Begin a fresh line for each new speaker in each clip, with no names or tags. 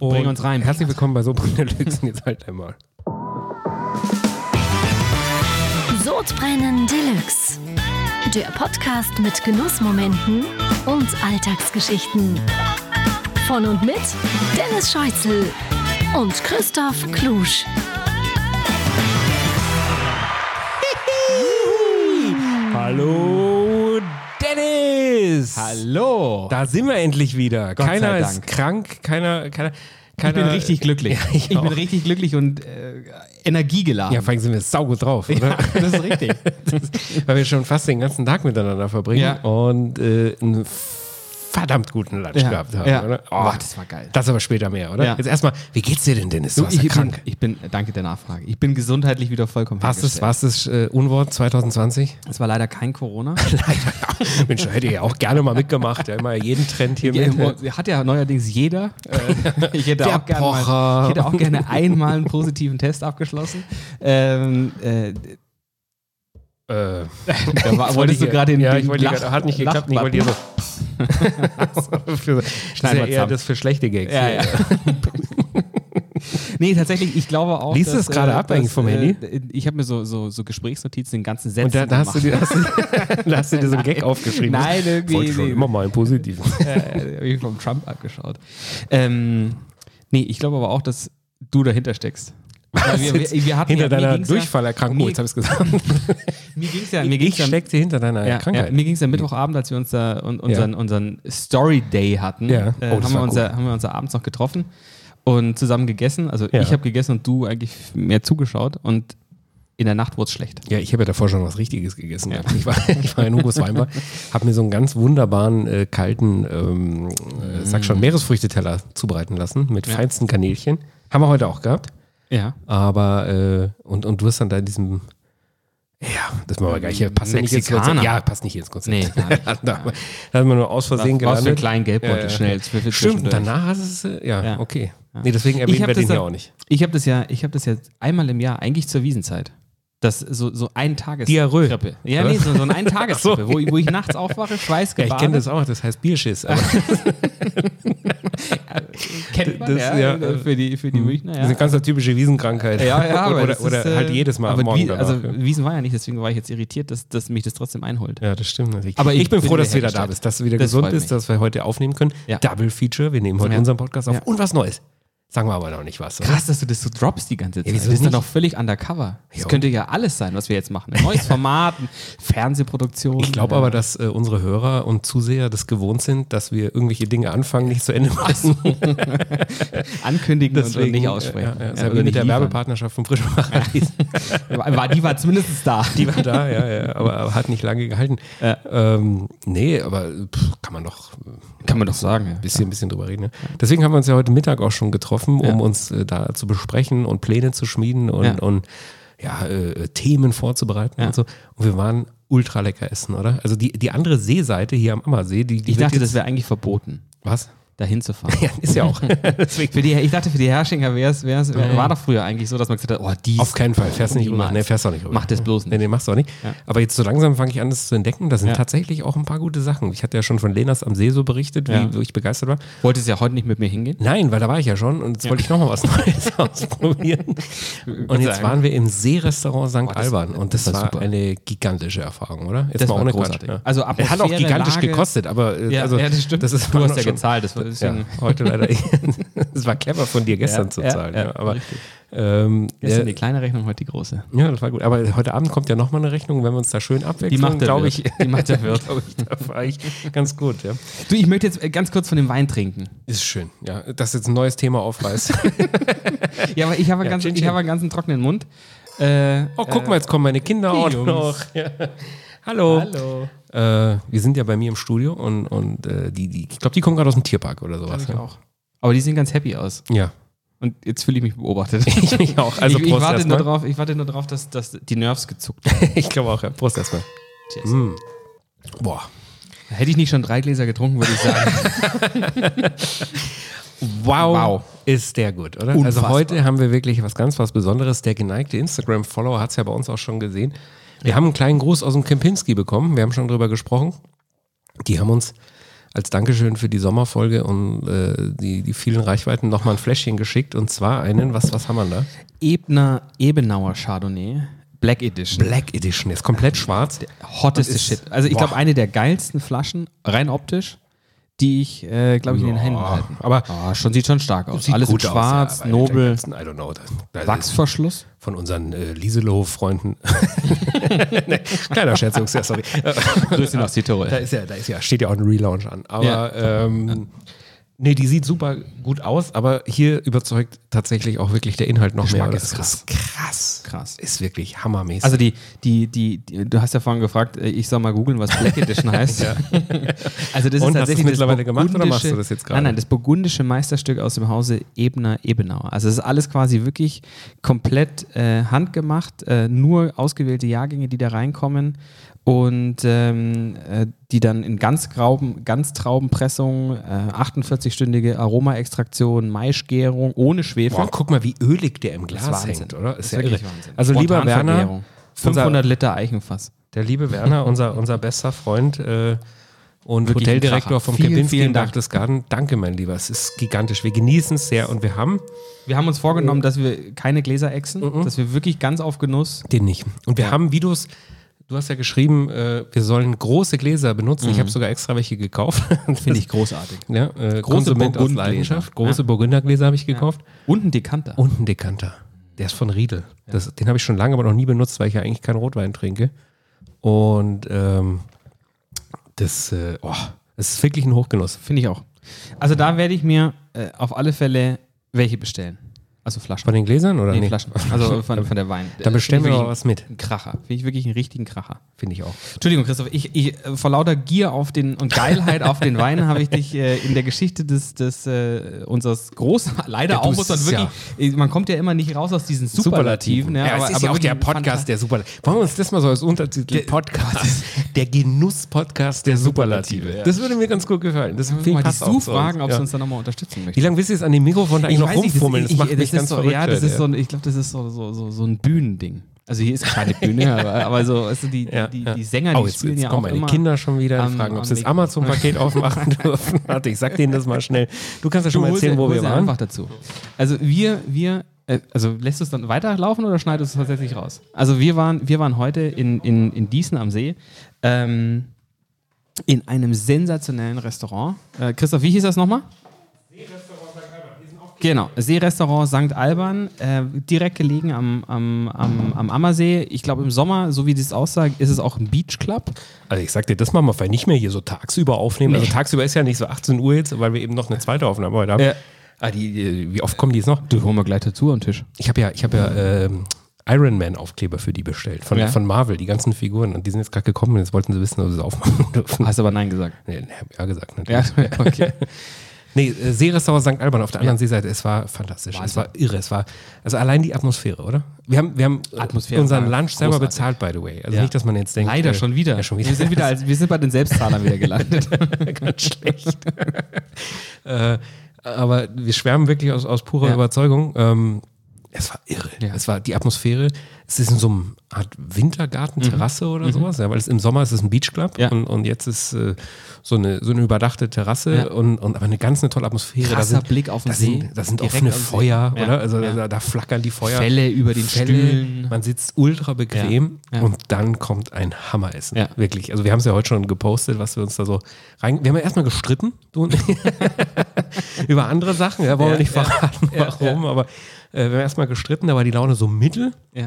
Und
Bring uns rein.
Herzlich willkommen bei So brennt der Lötzinn jetzt halt einmal.
Sodbrennen Deluxe. Der Podcast mit Genussmomenten und Alltagsgeschichten. Von und mit Dennis Scheuzel und Christoph Klusch.
Oh,
Hallo, Dennis!
Hallo.
Da sind wir endlich wieder.
Gott sei
keiner ist
Dank.
krank, keiner, keiner,
ich
keiner.
bin richtig glücklich.
Ja,
ich
ich
bin
auch.
richtig glücklich und äh, energiegeladen.
Ja, vor allem sind wir saugut drauf, oder?
Ja, das ist richtig.
Weil wir schon fast den ganzen Tag miteinander verbringen
Ja.
und äh, einen verdammt guten Lunch
Ja,
gehabt haben.
ja.
Oder? Oh,
Boah, das war geil.
Das aber später mehr, oder?
Ja.
Jetzt erstmal, wie geht's dir denn, Dennis? Du warst ja
ich, bin,
krank.
ich bin, danke der Nachfrage. Ich bin gesundheitlich wieder vollkommen
Warst es,
hergestellt.
warst es äh, Unwort 2020?
Es war leider kein Corona.
Mensch, da hätte ich ja auch gerne mal mitgemacht. Ja, immer jeden Trend hier mit. äh,
Hat ja neuerdings jeder. Äh, Ich hätte,
Der
auch gerne mal,
Pocher.
ich hätte auch gerne einmal einen positiven Test abgeschlossen. Ähm, äh,
Äh,
da war, wolltest du
hier-
gerade den,
Ja,
den
ich wollte
Lach-
gerade, hat nicht geklappt. Ich
Lachbutton?
wollte hier so. für, das ist
Schneiden
ja
wir
eher
zusammen.
das für schlechte Gags.
Ja,
hier.
ja. äh, nee, tatsächlich, ich glaube auch.
Liest du das gerade ab eigentlich vom Handy?
äh, Ich habe mir so, so, so Gesprächsnotizen in ganzen Sätzen
Und da, da, hast du
gemacht.
dir, hast du, da hast du dir so einen Gag aufgeschrieben.
Nein, irgendwie
Wollte schon
nicht.
immer mal einen positiven.
äh, hab ich vom Trump abgeschaut. Ähm, nee, ich glaube aber auch, dass du dahinter steckst. Also wir- wir- wir hatten
hinter
ja- mir
deiner
ging's ja-
Durchfallerkrankung,
mir-
jetzt habe ich es gesagt.
Mir ging es ja, mir ging's ja,
steckte hinter deiner
ja, ja,
Krankheit.
mir ging's ja Mittwochabend, als wir uns da un, unseren, unseren Story Day hatten,
Ja.
äh,
Oh, das
haben, wir
war
uns
gut.
ja, haben wir uns ja abends noch getroffen und zusammen gegessen. Also
Ja.
ich habe gegessen und du eigentlich mehr zugeschaut und in der Nacht wurde es schlecht.
Ja, ich habe ja davor schon was Richtiges gegessen. gehabt. Ich, war, ich war in Hugos Weinbar, habe mir so einen ganz wunderbaren, äh, kalten, ähm, äh,
Mm.
sag schon, Meeresfrüchteteller zubereiten lassen mit feinsten Kanälchen. Haben wir heute auch gehabt.
Ja.
Aber, äh, und, und du hast dann da diesem, ja, das machen wir gleich. Ja, passt ja nicht ins
Mexikaner.
Konzept. Ja, passt nicht ins Konzept.
Nee, gar nicht.
da, da hat man nur aus Versehen
Was für einen
gelandet.
kleinen Geldbeutel
Ja, ja.
schnell. für- für
Stimmt,
zwischendurch.
danach hast es, äh, ja,
Ja.
okay. Nee, deswegen
Ich
erwähnen
hab
wir
das
den
dann-
ja auch nicht.
Ich habe das ja, ich habe das ja einmal im Jahr, eigentlich zur Wiesenzeit. Das so, so ein Tages
Diarrhoe.
Grippe. Ja,
Oder?
nee, so, so ein Tageskrippe,
Ach so.
wo, ich- wo ich nachts aufwache,
Ja,
schweißgebadet.
ich kenne das auch, das heißt Bierschiss. Aber
kennt man,
das-
ja,
ja,
äh, für die, für die Münchner,
Das ist
ja.
eine ganz typische Wiesenkrankheit.
Ja, ja, aber
oder
das
oder
ist, äh,
halt jedes Mal
aber
am Morgen
Wies-
danach.
Also Wiesen war ja nicht, deswegen war ich jetzt irritiert, dass, dass mich das trotzdem einholt.
ja, das stimmt natürlich.
Aber
ich,
ich
bin
bin
froh, dass du wieder da
hergestellt.
bist, dass du wieder
Das
gesund
freut
bist,
mich.
dass wir heute aufnehmen können.
Ja.
Double Feature, wir nehmen heute
Ja.
unseren Podcast auf
Ja.
und was Neues. Sagen wir aber noch nicht was. oder?
Krass, dass du das so droppst die ganze Zeit.
wieso
du bist
nicht?
doch noch völlig undercover. Das
Jo.
könnte ja alles sein, was wir jetzt machen. Ein neues Format, ein Fernsehproduktion.
Ich glaube aber, dass äh, unsere Hörer und Zuseher das gewohnt sind, dass wir irgendwelche Dinge anfangen, nicht zu Ende machen.
äh, ankündigen und
Deswegen, äh,
nicht aussprechen.
Ja, ja, das
äh, Ja, oder
haben wir mit der
nicht liefern.
Werbepartnerschaft vom Frischen Paradies.
War, die war zumindest da.
Die war da, ja, ja, aber, aber hat nicht lange gehalten.
Ja.
Ähm, nee, aber pff, kann man doch
Kann man doch sagen. Ja.
bisschen, bisschen drüber reden. Ne? Deswegen haben wir uns ja heute Mittag auch schon getroffen, um
Ja.
uns äh, da zu besprechen und Pläne zu schmieden und,
Ja.
und ja, äh, Themen vorzubereiten
Ja.
und so. Und wir waren ultra lecker essen, oder? Also die, die andere Seeseite hier am Ammersee, die, die
Ich
wird
dachte,
jetzt-
das wäre eigentlich verboten,
was?
dahin zu fahren.
Ja, ist ja auch. Deswegen
Für die, ich dachte, für die Herrschinger wär's, wär's,
Ja.
war doch früher eigentlich so, dass man gesagt hat, oh, die
Auf keinen Fall, fährst nicht rüber.
Niemals.
Nee, fährst auch nicht rüber.
Mach das bloß nicht.
Nee, nee, machst du auch nicht.
Ja.
Aber jetzt so langsam fange ich an, das zu entdecken. Da sind
Ja.
tatsächlich auch ein paar gute Sachen. Ich hatte ja schon von Lenas am See so berichtet, wie,
Ja.
wie ich begeistert war.
wolltest ja heute nicht mit mir hingehen.
Nein, weil da war ich ja schon und jetzt wollte ich nochmal was Neues ausprobieren. Und jetzt
sagen.
waren wir im Seerestaurant St.
das-
Alban und das,
das war
war
super.
eine gigantische Erfahrung, oder? Jetzt
Das war
ohne
großartig.
Quatsch, ne?
Also
er hat auch
Atmosphäre,
gigantisch
Lage-
gekostet, aber äh, also, Das ist
du
war
hast
noch
ja
schon-
gezahlt. Das war deswegen,
Ja, heute leider. Es war clever von dir gestern
Ja,
zu
ja,
zahlen.
ja,
Ja, aber
richtig.
ähm,
Gestern
ja,
die kleine Rechnung, heute die große.
ja, das war gut. Aber heute Abend kommt ja nochmal eine Rechnung, wenn wir uns da schön abwechseln.
Die macht der
glaube
Wirt.
ich.
Die macht der Wirt.
glaube ich, da war ich ganz gut. Ja.
Du, ich möchte jetzt äh, ganz kurz von dem Wein trinken.
Ist schön, ja. Dass jetzt ein neues Thema aufreißt.
Ja, aber ich habe
Ja,
ganz,
chin,
ich
chin.
habe einen ganzen trockenen Mund. Äh,
Oh, guck mal, jetzt kommen meine Kinder auch
Jungs.
noch. Ja. Hallo.
Hallo.
Äh, wir sind ja bei mir im Studio und, und äh, die, die, ich glaube, die kommen gerade aus dem Tierpark oder sowas. Ja.
auch. Aber die sehen ganz happy aus.
ja.
Und jetzt fühle ich mich beobachtet.
Ich mich auch. Also
ich, ich,
Prost
warte nur
erstmal.
drauf, ich warte nur drauf, dass, dass die Nerves gezuckt werden.
Ich glaube auch, ja. Prost erstmal.
Cheers.
Mm. Boah.
Hätte ich nicht schon drei Gläser getrunken, würde ich sagen.
Wow. Ist der gut, oder? Also
Unfassbar.
heute haben wir wirklich was ganz was Besonderes. Der geneigte Instagram-Follower hat es ja bei uns auch schon gesehen. Wir haben einen kleinen Gruß aus dem Kempinski bekommen. Wir haben schon drüber gesprochen. Die haben uns als Dankeschön für die Sommerfolge und äh, die, die vielen Reichweiten nochmal ein Fläschchen geschickt. Und zwar einen, was, was haben wir da?
Ebner, Ebenauer Chardonnay, Black Edition.
Black Edition. Ist komplett schwarz.
Hotteste
Das ist-
Shit. Also ich
boah.
glaube, eine der geilsten Flaschen, rein optisch, die ich, äh, glaube ich, in den Händen
Boah,
halte.
aber
Ah, schon sieht schon stark aus. Alles in
gut aus,
schwarz,
ja, aber der
nobel,
ganzen- I don't know. Das, das ist
Wachsverschluss.
von unseren äh, Lieselohof-Freunden. Nee, Kleiner Scherzungs, ja, sorry.
Grüße nach
Da
Südtirol.
ist ja, da ist ja, steht ja auch ein Relaunch an. Aber
Ja.
ähm, nee, die sieht super gut aus, aber hier überzeugt tatsächlich auch wirklich der Inhalt noch
Geschmack
mehr.
ist
ist krass.
Krass.
Ist wirklich hammermäßig.
Also die, die, die, die, du hast ja vorhin gefragt, äh, ich soll mal googeln, was Black Edition heißt. also das
Und hast du's
ist tatsächlich
mittlerweile gemacht oder machst du
burgundische-
das jetzt gerade?
Nein, nein, das burgundische Meisterstück aus dem Hause Ebner Ebenauer. Also es ist alles quasi wirklich komplett äh, handgemacht, äh, nur ausgewählte Jahrgänge, die da reinkommen und ähm, äh, die dann in Ganztrauben, Ganztraubenpressung, äh, 48-stündige Aromaextraktion, Maischgärung ohne Schwefel.
Boah, guck mal, wie ölig der im
Das
Glas
ist Wahnsinn.
hängt, oder?
Das
Ist
ist
ja irre.
wirklich Wahnsinn.
Also lieber Werner,
Spontanvergärung.
unser-
500 Liter Eichenfass.
der liebe Werner, unser, unser bester Freund äh, und
Wirklich ein
Hoteldirektor
Kracher.
vom
Vielen,
Kempinski
vielen
in
Dank.
Berchtesgaden, danke mein Lieber, es ist gigantisch. Wir genießen es sehr und wir haben
Wir haben uns vorgenommen, dass wir keine Gläser exen,
Mhm.
dass wir wirklich ganz auf Genuss.
Den nicht. Und wir haben Videos. Du hast ja geschrieben, äh, wir sollen große Gläser benutzen. Ich habe sogar extra welche gekauft.
Finde ich großartig.
Ja, äh, große Konsument aus
Burgundgläser.
Leidenschaft. Große Burgundergläser habe ich gekauft.
Und ein Dekanter.
Und einen Dekanter. Der ist von Riedel. Das, den habe ich schon lange, aber noch nie benutzt, weil ich ja eigentlich keinen Rotwein trinke. Und ähm, das, äh, oh, das ist wirklich ein Hochgenuss.
Finde ich auch. Also da werde ich mir äh, auf alle Fälle welche bestellen. Also Flaschen.
Von den Gläsern oder
Nee,
nee?
Flaschen. Also von, von der Wein.
Da bestellen wir auch
auch
was mit.
Ein Kracher. Finde ich wirklich einen richtigen Kracher.
Finde ich auch.
Entschuldigung, Christoph, ich, ich, äh, vor lauter Gier auf den und Geilheit auf den Wein habe ich dich äh, in der Geschichte des, des äh, unseres großen, leider
Ja, du
auch muss man
bist-
wirklich, äh, man kommt ja immer nicht raus aus diesen Superlativen.
Ja, aber, es ist ja auch
wirklich
der Podcast
fanta-
der Superlative. Wollen wir uns das mal so als Untertitel Podcast, der Genuss-Podcast der Superlative.
Superlative, ja.
Das würde mir ganz gut gefallen. Das
Mal die
auch zu uns.
Suchfragen, ob sie
Ja.
uns da nochmal unterstützen möchten.
Wie lange willst du jetzt an dem Mikrofon da eigentlich noch
weiß nicht,
rumfummeln? Das,
ich-
macht
ist
mich ganz
so,
verrückt.
Ja, das
Leute.
ist so ein, ich glaube, das ist so, so, so, so ein Bühnending. Also hier ist keine Bühne, aber, aber so, weißt du, die, die,
Ja,
die,
ja.
die Sänger, die
oh, jetzt,
spielen
jetzt
ja
kommen
auch
meine
immer.
Kinder schon wieder und
am-
fragen, ob sie
am
das
Mikro.
Amazon-Paket aufmachen dürfen. Warte, ich sag denen das mal schnell. Du kannst ja
Du
schon mal
holst
erzählen,
ja-
wo wir
holst ja
waren.
einfach dazu. Also wir, wir, äh, also lässt du es dann weiterlaufen oder schneidest du es tatsächlich raus? Also wir waren, wir waren heute in, in, in Diesen am See, ähm, in einem sensationellen Restaurant. Äh, Christoph, wie hieß das nochmal? Genau, Seerestaurant St. Alban, äh, direkt gelegen am, am, am, am Ammersee. Ich glaube, im Sommer, so wie das aussah, ist es auch ein Beach Club.
Also ich sag dir, das machen wir vielleicht nicht mehr hier so tagsüber aufnehmen. Also tagsüber ist ja nicht so 18 Uhr jetzt, weil wir eben noch eine zweite Aufnahme heute haben.
Ja.
Ah, die, die, wie oft kommen die jetzt noch?
Du holen wir gleich dazu am Tisch.
Ich habe ja, ich habe ja ähm, Iron Man Aufkleber für die bestellt von,
Ja.
von Marvel, die ganzen Figuren. Und die sind jetzt gerade gekommen und jetzt wollten sie wissen, ob sie es aufmachen dürfen.
Hast aber Nein gesagt.
Nee, nee, hab ja gesagt.
Ja,
Natürlich.
okay.
Nee, äh, Seerestaurant St. Alban auf der anderen Seeseite, es war fantastisch. Es
Wahnsinn.
war irre. Es war, also allein die Atmosphäre, oder? Wir haben, wir haben äh,
Atmosphäre
unseren
war
Lunch selber
großartig.
bezahlt, by the way. Also
Ja.
nicht, dass man jetzt denkt.
Leider
äh,
schon wieder.
Ja, schon wieder.
Wir sind wieder als, wir sind bei den Selbstzahlern wieder gelandet.
ganz schlecht. äh, aber wir schwärmen wirklich aus, aus purer
Ja.
Überzeugung. Ähm, es war irre.
Ja.
Es war die Atmosphäre. Es ist in so einem Art Wintergarten-Terrasse oder sowas. Ja, weil es im Sommer ist es ein Beachclub
Mhm. Ja.
und, und jetzt ist äh, so, eine, so eine überdachte Terrasse
Ja.
und, und aber eine ganz eine tolle Atmosphäre.
Krasser Blick auf den
da sind,
See.
Da sind
Direkt
offene
am See.
Feuer,
Ja.
oder? Also
Ja.
da, da flackern die Feuer.
Fälle über den
Fälle.
Stühlen.
Man sitzt ultra bequem
Ja. Ja.
und dann kommt ein Hammeressen.
Ja.
Wirklich. Also wir haben es ja heute schon gepostet, was wir uns da so rein. Wir haben ja erstmal gestritten, du und ich, über andere Sachen. Ja, wollen wir nicht verraten, warum, aber äh, wir haben erstmal gestritten, da war die Laune so mittel.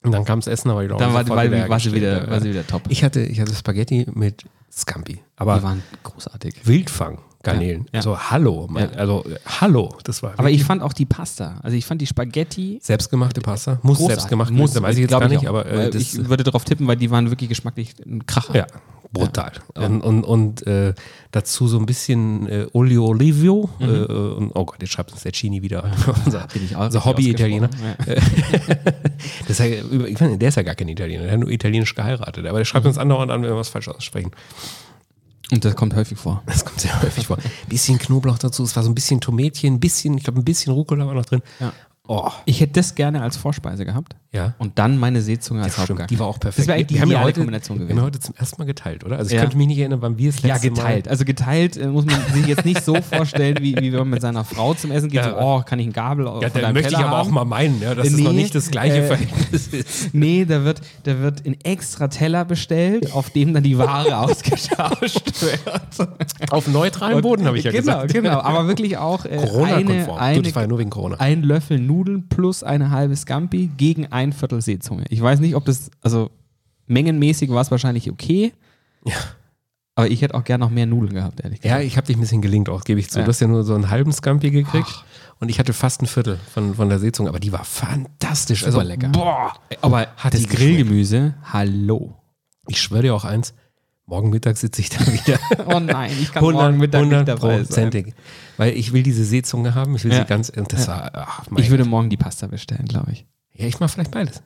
Ja.
Und dann kam das Essen, da war die Laune
Dann war,
sofort
war, war, sie
hergestellt.
wieder, war sie wieder top.
Ich hatte, ich hatte Spaghetti mit Scampi. Aber
die waren großartig.
Wildfang. Garnelen.
Ja.
Also hallo, mein,
Ja.
also äh, hallo, das war
Aber ich fand auch die Pasta. Also ich fand die Spaghetti
selbstgemachte Pasta, muss
großartig.
selbstgemacht
Muss,
werden, weiß ich jetzt
glaub
gar nicht,
auch.
aber äh,
Weil
das,
ich würde darauf tippen, weil die waren wirklich geschmacklich ein Kracher.
Ja, brutal. Und, und, und äh, dazu so ein bisschen äh, Olio Olivio.
Mhm.
Äh, und, oh Gott, jetzt schreibt uns der Chini wieder. unser
Bin ich auch
unser
richtig
Hobby-Italiener.
ausgesprochen.
Das ist ja, über- ich meine, der ist ja gar kein Italiener, der hat nur italienisch geheiratet. Aber der schreibt
Mhm.
uns andauernd an, wenn wir was falsch aussprechen.
Ja. Und das kommt häufig vor.
Das kommt sehr häufig vor. Bisschen Knoblauch dazu, es war so ein bisschen Tomätchen, ein bisschen, ich glaube, ein bisschen Rucola war noch drin.
Ja.
Oh,
Ich hätte das gerne als Vorspeise gehabt.
Ja.
und dann meine Seezunge als
Das stimmt,
Hauptgang.
die war auch perfekt.
Das wäre eigentlich die
wir haben ja
ideale
heute,
Kombination
Wir haben ja
gewesen.
heute zum ersten Mal geteilt, oder? Also ich
Ja.
könnte mich nicht erinnern, wann wir es
Ja,
letzte
geteilt. Also geteilt äh, muss man sich jetzt nicht so vorstellen, wie, wie wenn man mit seiner Frau zum Essen geht.
Ja.
So, oh, kann ich einen Gabel
Mal. Ja,
von
dann
deinem
möchte
Teller
ich aber
haben?
auch mal meinen, ja, dass es
Nee,
noch nicht das gleiche
äh,
Verhältnis ist.
Nee, da wird, da wird in extra Teller bestellt, auf dem dann die Ware ausgetauscht wird.
Auf neutralem Boden, habe ich ja
genau,
gesagt.
Genau, genau. Aber wirklich auch äh, eine,
Corona-konform. Du,
eine,
das war ja nur wegen Corona.
ein Löffel Nudeln plus eine halbe Scampi gegen ein Viertel Seezunge. Ich weiß nicht, ob das, also mengenmäßig war es wahrscheinlich okay.
Ja.
Aber ich hätte auch gern noch mehr Nudeln gehabt, ehrlich
Ja,
gesagt.
ich habe dich ein bisschen gelingt auch, gebe ich zu.
Ja.
Du hast ja nur so einen halben Scampi gekriegt und ich hatte fast ein Viertel von, von der Sitzung, aber die war fantastisch. also,
Superlecker.
Boah,
Aber
Hat
das
die geschmeckt.
Grillgemüse, hallo.
ich schwöre dir auch eins, morgen Mittag sitze ich da wieder.
Oh nein, ich kann
100
morgen Mittag nicht dabei sein.
hundertprozentig. Weil ich will diese Seezunge haben, ich will
Ja.
sie ganz, und das war, ach, mein
Ich würde morgen die Pasta bestellen, glaube ich.
Ja, ich mache vielleicht beides.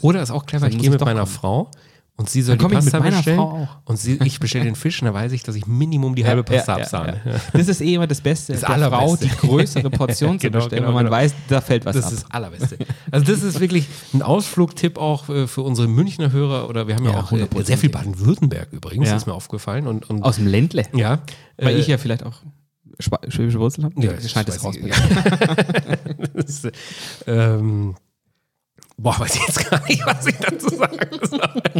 Oder ist auch clever,
Dann
ich
muss
gehe
ich
mit
doch
meiner
kommen.
Frau und sie soll
Dann komm
die
ich mit
Pasta
meiner
bestellen
Frau auch.
und sie, ich bestelle den Fisch und dann weiß ich, dass ich Minimum die halbe Pasta
Ja, ja,
absahne.
ja. Das ist eh immer das Beste,
Das
der Frau
Allerbeste.
die größere Portion zu
Genau,
bestellen,
genau,
weil man
genau.
weiß, da fällt was
Das
ab.
ist das Allerbeste. Also das ist wirklich ein Ausflugtipp auch äh, für unsere Münchner Hörer oder wir haben ja,
Ja,
auch äh,
hundertprozentig.
sehr viel Baden-Württemberg übrigens,
Ja.
ist mir aufgefallen. Und, und
Aus dem Ländle.
ja,
Weil
äh,
ich ja vielleicht auch Spa- schwäbische Wurzeln habe.
Ja,
das scheint
das
es
weiß
raus.
ich das, äh, ähm, boah, weiß ich jetzt gar nicht, was ich dazu sagen soll.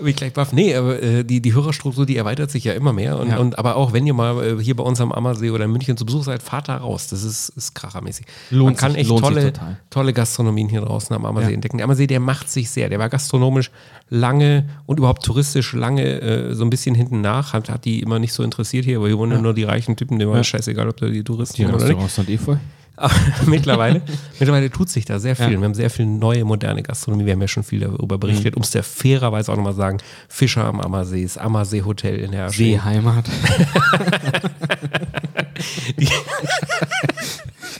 Bin ich gleich baff. Nee, aber äh, die, die Hörerstruktur, die erweitert sich ja immer mehr. Und,
Ja.
und aber auch wenn ihr mal äh, hier bei uns am Ammersee oder in München zu Besuch seid, fahrt da raus. Das ist, ist krachermäßig.
Lohnt
Man kann
sich,
echt
lohnt sich
tolle,
total.
tolle Gastronomien hier draußen am Ammersee
Ja.
entdecken. Der Ammersee, der macht sich sehr. Der war gastronomisch lange und überhaupt touristisch lange äh, so ein bisschen hinten nach. Hat, hat die immer nicht so interessiert hier, aber hier wohnen ja. nur die reichen Typen, denen war
Ja.
scheißegal, ob da die Touristen hier oder nicht.
sind eh voll.
Aber mittlerweile, mittlerweile tut sich da sehr viel.
Ja.
Wir haben sehr viel neue, moderne Gastronomie. Wir haben ja schon viel darüber
Mhm.
berichtet, um es der fairerweise auch nochmal sagen. Fischer am Ammersee, das Ammersee Hotel in Herrsching.
Seeheimat.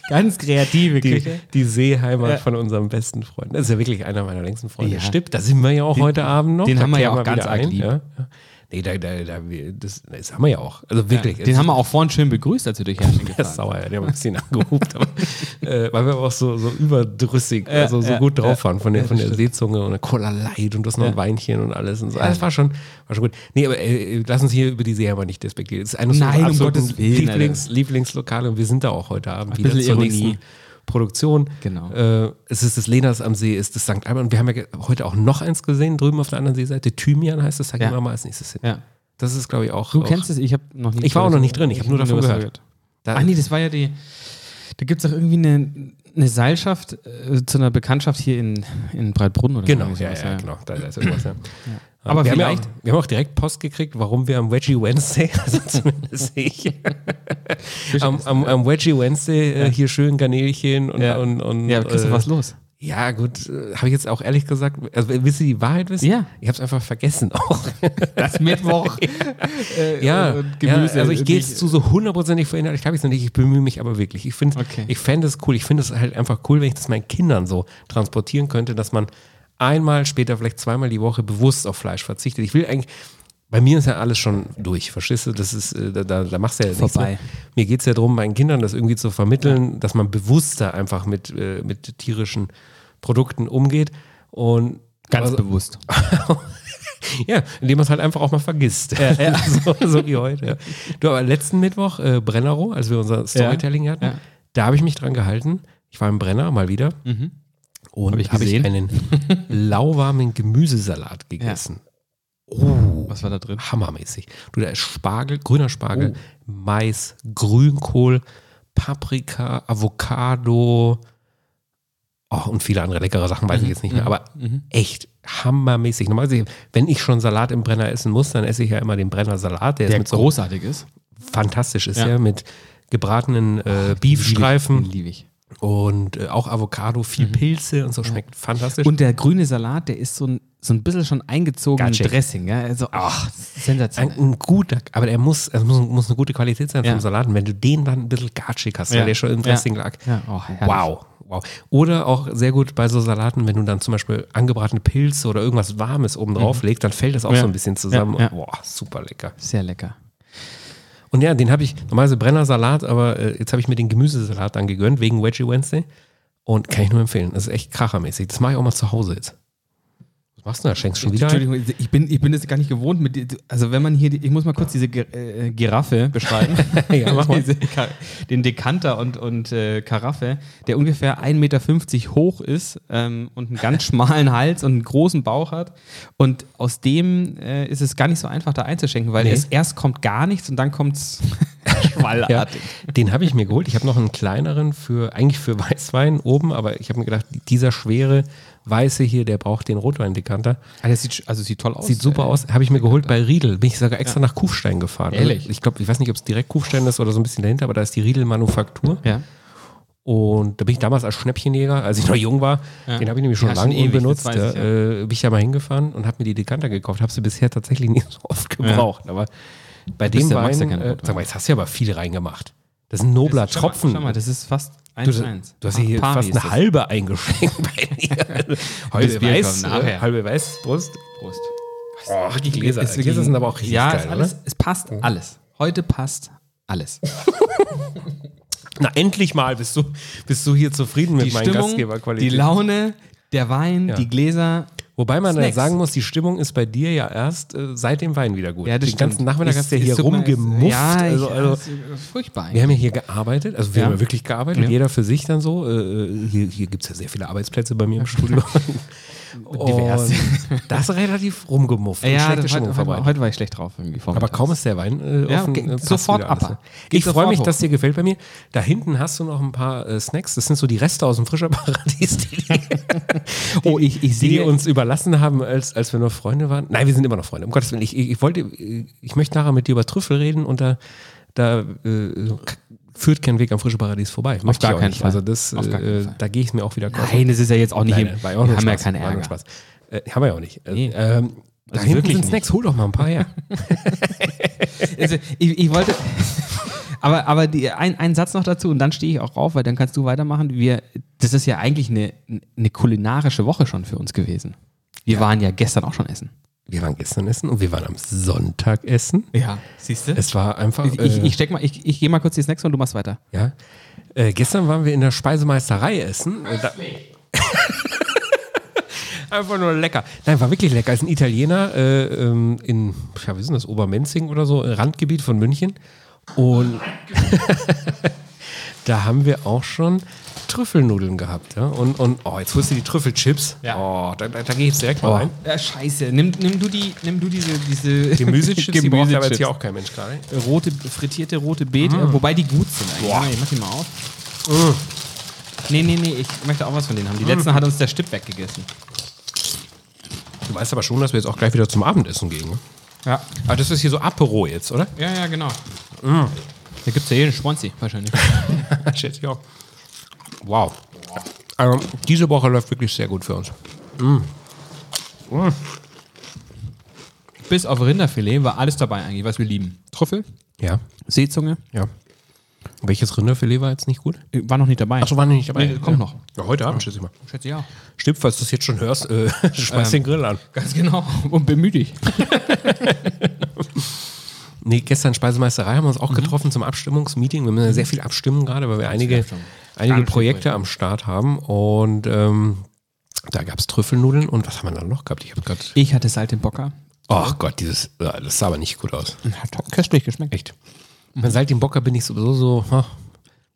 Ganz kreative
Die,
Küche.
die Seeheimat
Ja.
von unserem besten Freund. Das ist ja wirklich einer meiner längsten Freunde.
Ja.
Stipp, da sind wir ja auch heute Abend noch.
den
Da
haben wir ja
kehren
auch ganz
wieder
arg lieb.
Ja. Ja. Nee, da, da, da, wir- das, das haben wir ja auch. Also wirklich.
Den haben wir auch vorhin schön begrüßt, als wir durch Herrsching
Der ist
gefahren
sauer, ja, der hat ein bisschen angehobt, aber, äh, weil wir aber auch so, so überdrüssig,
Ja,
also so
ja,
gut drauf
ja.
waren von der,
Ja,
von
das
der Seezunge und der Cola Light und das noch ein Weinchen und alles. Und so. Also, Das war schon, war schon gut. Nee, aber äh, lass uns hier über die Serie aber nicht despektieren. Das ist eines
Nein,
unserer
um
absoluten
Gottes Willen,
Lieblings, Lieblingslokale und wir sind da auch heute Abend
Ein
wieder zur
bisschen Ironie.
nächsten Produktion.
Genau.
Äh, es ist das Lenas am See, ist das St. Albert und wir haben ja ge- heute auch noch eins gesehen, drüben auf der anderen Seeseite. Thymian heißt das, da gehen
Ja.
wir mal als nächstes hin.
Ja.
Das ist, glaube ich, auch.
Du
auch,
kennst es, ich habe noch nicht
Ich war auch noch nicht drin, ich hab nur davon
was
gehört. Da,
Ach nee, das war ja die. Da gibt es doch irgendwie eine, eine Seilschaft äh, zu einer Bekanntschaft hier in, in Breitbrunn oder
Genau,
irgendwie
ja,
sowas,
ja, genau. Da, da ist irgendwas, ja.
Aber
wir
vielleicht.
Haben ja auch, wir haben auch direkt Post gekriegt, warum wir am Wedgie Wednesday, also zumindest ich, am, am, am Wedgie Wednesday äh, hier schön Garnelchen und.
Ja.
und, und
Ja, Christoph,
äh,
was ist los?
Ja, gut, äh, habe ich jetzt auch ehrlich gesagt, also willst du die Wahrheit wissen?
Ja.
Ich habe es einfach vergessen auch.
Das Mittwoch. äh,
ja,
und Gemüse.
ja, also ich gehe jetzt
nicht-
zu so hundertprozentig verinnerlicht, habe ich es noch nicht, ich bemühe mich aber wirklich. Ich finde
Okay.
ich fände es cool, ich finde es halt einfach cool, wenn ich das meinen Kindern so transportieren könnte, dass man einmal, später vielleicht zweimal die Woche bewusst auf Fleisch verzichtet. Ich will eigentlich, bei mir ist ja alles schon durch, verstehst du? Das ist, äh, da, da, da machst du ja nichts
Vorbei.
mehr. Mir geht es ja darum, meinen Kindern das irgendwie zu vermitteln, dass man bewusster einfach mit, äh, mit tierischen Produkten umgeht und
Ganz
also-
bewusst.
ja, indem man es halt einfach auch mal vergisst. so, so wie heute. Ja. Du, aber letzten Mittwoch, äh, Brennero, als wir unser Storytelling hatten,
ja.
da habe ich mich dran gehalten. Ich war im Brenner mal wieder. Und
Mhm. Hab
habe
ich
ich,
gesehen.
einen lauwarmen Gemüsesalat gegessen. Oh.
Was war da drin?
Hammermäßig. Du, da ist Spargel, grüner Spargel,
Oh.
Mais, Grünkohl, Paprika, Avocado oh, und viele andere leckere Sachen, weiß ich
Mhm.
jetzt nicht mehr. Aber echt hammermäßig. Normalerweise, wenn ich schon Salat im Brenner essen muss, dann esse ich ja immer den Brennersalat. Der, ist mit so
großartig ist.
fantastisch ist,
Ja.
ja, mit gebratenen äh,
Streifen.
Beefstreifen
Liebe ich.
und äh, auch Avocado, viel Pilze und so. Schmeckt fantastisch.
Und der grüne Salat, der ist so ein, so ein bisschen schon eingezogen in
Gotcha.
Dressing. Ja? Also, ach,
Ein,
sensationell.
ein guter, aber der muss, also muss, muss eine gute Qualität sein
Ja.
vom Salat. Und wenn du den dann ein bisschen gatschig hast,
Ja.
weil der schon im Dressing
Ja.
lag.
Ja, oh, herrlich.
wow. Wow. Oder auch sehr gut bei so Salaten, wenn du dann zum Beispiel angebratene Pilze oder irgendwas Warmes oben drauf legst, dann fällt das auch
Mhm. Ja.
so ein bisschen zusammen.
Ja, ja.
Und, boah, super lecker.
Sehr lecker.
Und ja, den habe ich, normalerweise Brennersalat, aber äh, jetzt habe ich mir den Gemüsesalat dann gegönnt, wegen Veggie Wednesday. Und kann ich nur empfehlen. Das ist echt krachermäßig. Das mache ich auch mal zu Hause jetzt. Was machst du da? Schenkst schon wieder? ein?
Entschuldigung, ich bin, ich bin das gar nicht gewohnt. Mit, die- also wenn man hier, die- ich muss mal kurz diese Gi- äh, Giraffe beschreiben.
Ja, mach mal.
Diese Ka- den Dekanter und, und äh, Karaffe, der ungefähr 1,50 Meter hoch ist ähm, und einen ganz schmalen Hals und einen großen Bauch hat. Und aus dem äh, ist es gar nicht so einfach, da einzuschenken, weil
Nee.
es, erst kommt gar nichts und dann kommt es
Ja,
schwallartig.
den habe ich mir geholt. Ich habe noch einen kleineren für, eigentlich für Weißwein oben, aber ich habe mir gedacht, dieser schwere Weiße hier, der braucht den Rotweindekanter.
Also, es sieht, sch- also es sieht toll aus.
Sieht super aus. Habe ich mir geholt bei Riedel. Bin ich sogar extra nach Kufstein gefahren.
Ehrlich?
Also ich glaube, ich weiß nicht, ob es direkt Kufstein ist oder so ein bisschen dahinter, aber da ist die Riedel-Manufaktur.
Ja.
Und da bin ich damals als Schnäppchenjäger, als ich noch jung war, den habe ich nämlich schon
Ja, schon
lange
ewig,
unbenutzt.
das weiß ich,
da, äh, bin ich ja mal hingefahren und habe mir die Dekanter gekauft. Habe sie bisher tatsächlich nicht so oft gebraucht. Aber bei
bist
dem
ja- magst
Wein,
ja keine
äh,
Rotweine.
sag mal, jetzt hast du ja aber viel reingemacht. Das ist ein nobler
Schau mal,
Tropfen.
Schau mal, das ist fast
Du,
1
du hast hier fast eine halbe eingeschenkt bei dir.
Das
halbe
Bier
Weiß,
kommt nachher.
äh, halbe Weißbrust.
Prost.
Oh, die Gläser,
Es-
die Gläser sind aber auch richtig
ja,
geil, ne?
es,
oder? Oh.
alles, es passt alles. Heute passt alles.
Halt Na, endlich mal bist du, bist du hier zufrieden mit meinen
die
Gastgeberqualitäten.
Laune, der Wein, die Gläser.
Wobei man ja
Snacks.
sagen muss, die Stimmung ist bei dir ja erst äh, seit dem Wein wieder gut.
Ja, das
Den ganzen
stimmt.
Nachmittag
Es-
hast du ja
es
hier
tut mir-
rumgemufft.
Ja, ich,
also, also,
es ist furchtbar.
wir haben ja hier gearbeitet, also wir
Ja.
haben ja wirklich gearbeitet,
Ja.
jeder für sich dann so. Äh, hier hier gibt es ja sehr viele Arbeitsplätze bei mir im Studio.
Divers.
Und Das ist relativ rumgemufft. und
ja,
schlechte
das-
Stimmung
heute, heute,
vorbei.
heute war ich schlecht drauf. Irgendwie
Aber
vormittags.
kaum ist der Wein äh,
Ja,
offen,
geht
äh, passt
sofort
wieder alles.
ab. Geht
Ich freue
sofort
mich,
hoch.
dass dir gefällt bei mir. Da hinten hast du noch ein paar äh, Snacks. Das sind so die Reste aus dem Frischerparadies, die,
Oh, ich, ich
die
sehe
uns überlassen haben, als, als wir noch Freunde waren. Nein, wir sind immer noch Freunde. Um Gottes Willen, ich, ich, ich wollte, ich möchte nachher mit dir über Trüffel reden und da, da äh, k- führt kein Weg am Frischerparadies vorbei. Auf
gar keinen Fall.
Also das,
Auf gar keinen
äh,
Fall.
da gehe ich mir auch wieder kaufen.
Nein, das ist ja jetzt auch nicht.
Nein,
im-
nein, war
wir
ja auch nur
haben ja
Spaß,
keinen
war nur
Ärger.
Spaß. Äh, haben wir ja auch nicht. Äh,
Nee.
ähm, da
Also
hinten
wirklich
sind Snacks, hol doch mal ein paar her.
Also, ich, ich wollte. Aber, aber die, ein, ein Satz noch dazu und dann stehe ich auch auf, weil dann kannst du weitermachen. Wir, das ist ja eigentlich eine, eine kulinarische Woche schon für uns gewesen. Wir waren ja gestern auch schon essen.
Wir waren gestern essen und wir waren am Sonntag essen.
Ja, siehst du?
Es war einfach.
Ich, ich, ich steck mal, ich, ich gehe mal kurz die Snacks und du machst weiter.
äh, ja. äh, gestern waren wir in der Speisemeisterei essen. Äh, da- einfach nur lecker. Nein, war wirklich lecker. Ist ein Italiener äh, ähm, in, ja, wie ist denn das, Obermenzing oder so, äh, Randgebiet von München. Und da haben wir auch schon Trüffelnudeln gehabt. Ja? Und, und oh, jetzt holst du die Trüffelchips.
Ja.
Oh, da, da, da gehe ich jetzt direkt mal rein.
Ja, scheiße. Nimm, nimm du die, nimm du diese, diese
Gemüsechips, die braucht aber jetzt hier
auch.
auch kein Mensch gerade.
Rote, frittierte rote Beete, wobei die gut sind eigentlich.
Boah.
Warte mal,
Mm.
Ich mach die mal auf. Nee, nee, nee, ich möchte auch was von denen haben. Die letzten hat uns der Stipp weggegessen.
Du weißt aber schon, dass wir jetzt auch gleich wieder zum Abendessen gehen. ne?
Ja.
Aber das ist hier so Apero jetzt, oder?
Ja, ja, genau. Da gibt es ja jeden Schwanzi wahrscheinlich.
Schätze ich auch. Wow. Also, diese Woche läuft wirklich sehr gut für uns.
Bis auf Rinderfilet war alles dabei eigentlich, was wir lieben. Trüffel,
Ja,
Seezunge,
ja. Welches Rinderfilet war jetzt nicht gut?
äh, war noch nicht dabei.
Achso, war nicht dabei.
Nee, kommt noch.
Ja, heute Abend, schätze ich mal.
Schätze ich auch.
Stimmt, falls du es jetzt schon hörst, äh, schmeiß den Grill an.
Ganz genau. Und bemühe dich.
Nee, gestern Speisemeisterei haben wir uns auch getroffen zum Abstimmungsmeeting. Wir müssen ja sehr viel abstimmen gerade, weil wir einige,
Abstimmung.
einige
Ganz viel
Projekte am Start haben. Und ähm, da gab es Trüffelnudeln. Und was haben wir dann noch gehabt? Ich habe gerade
Ich hatte Salt im Bocker.
Ach Gott, dieses, ah, das sah aber nicht gut aus.
Hat köstlich geschmeckt.
Echt. Bei Salt im Bocker bin ich sowieso so, ha,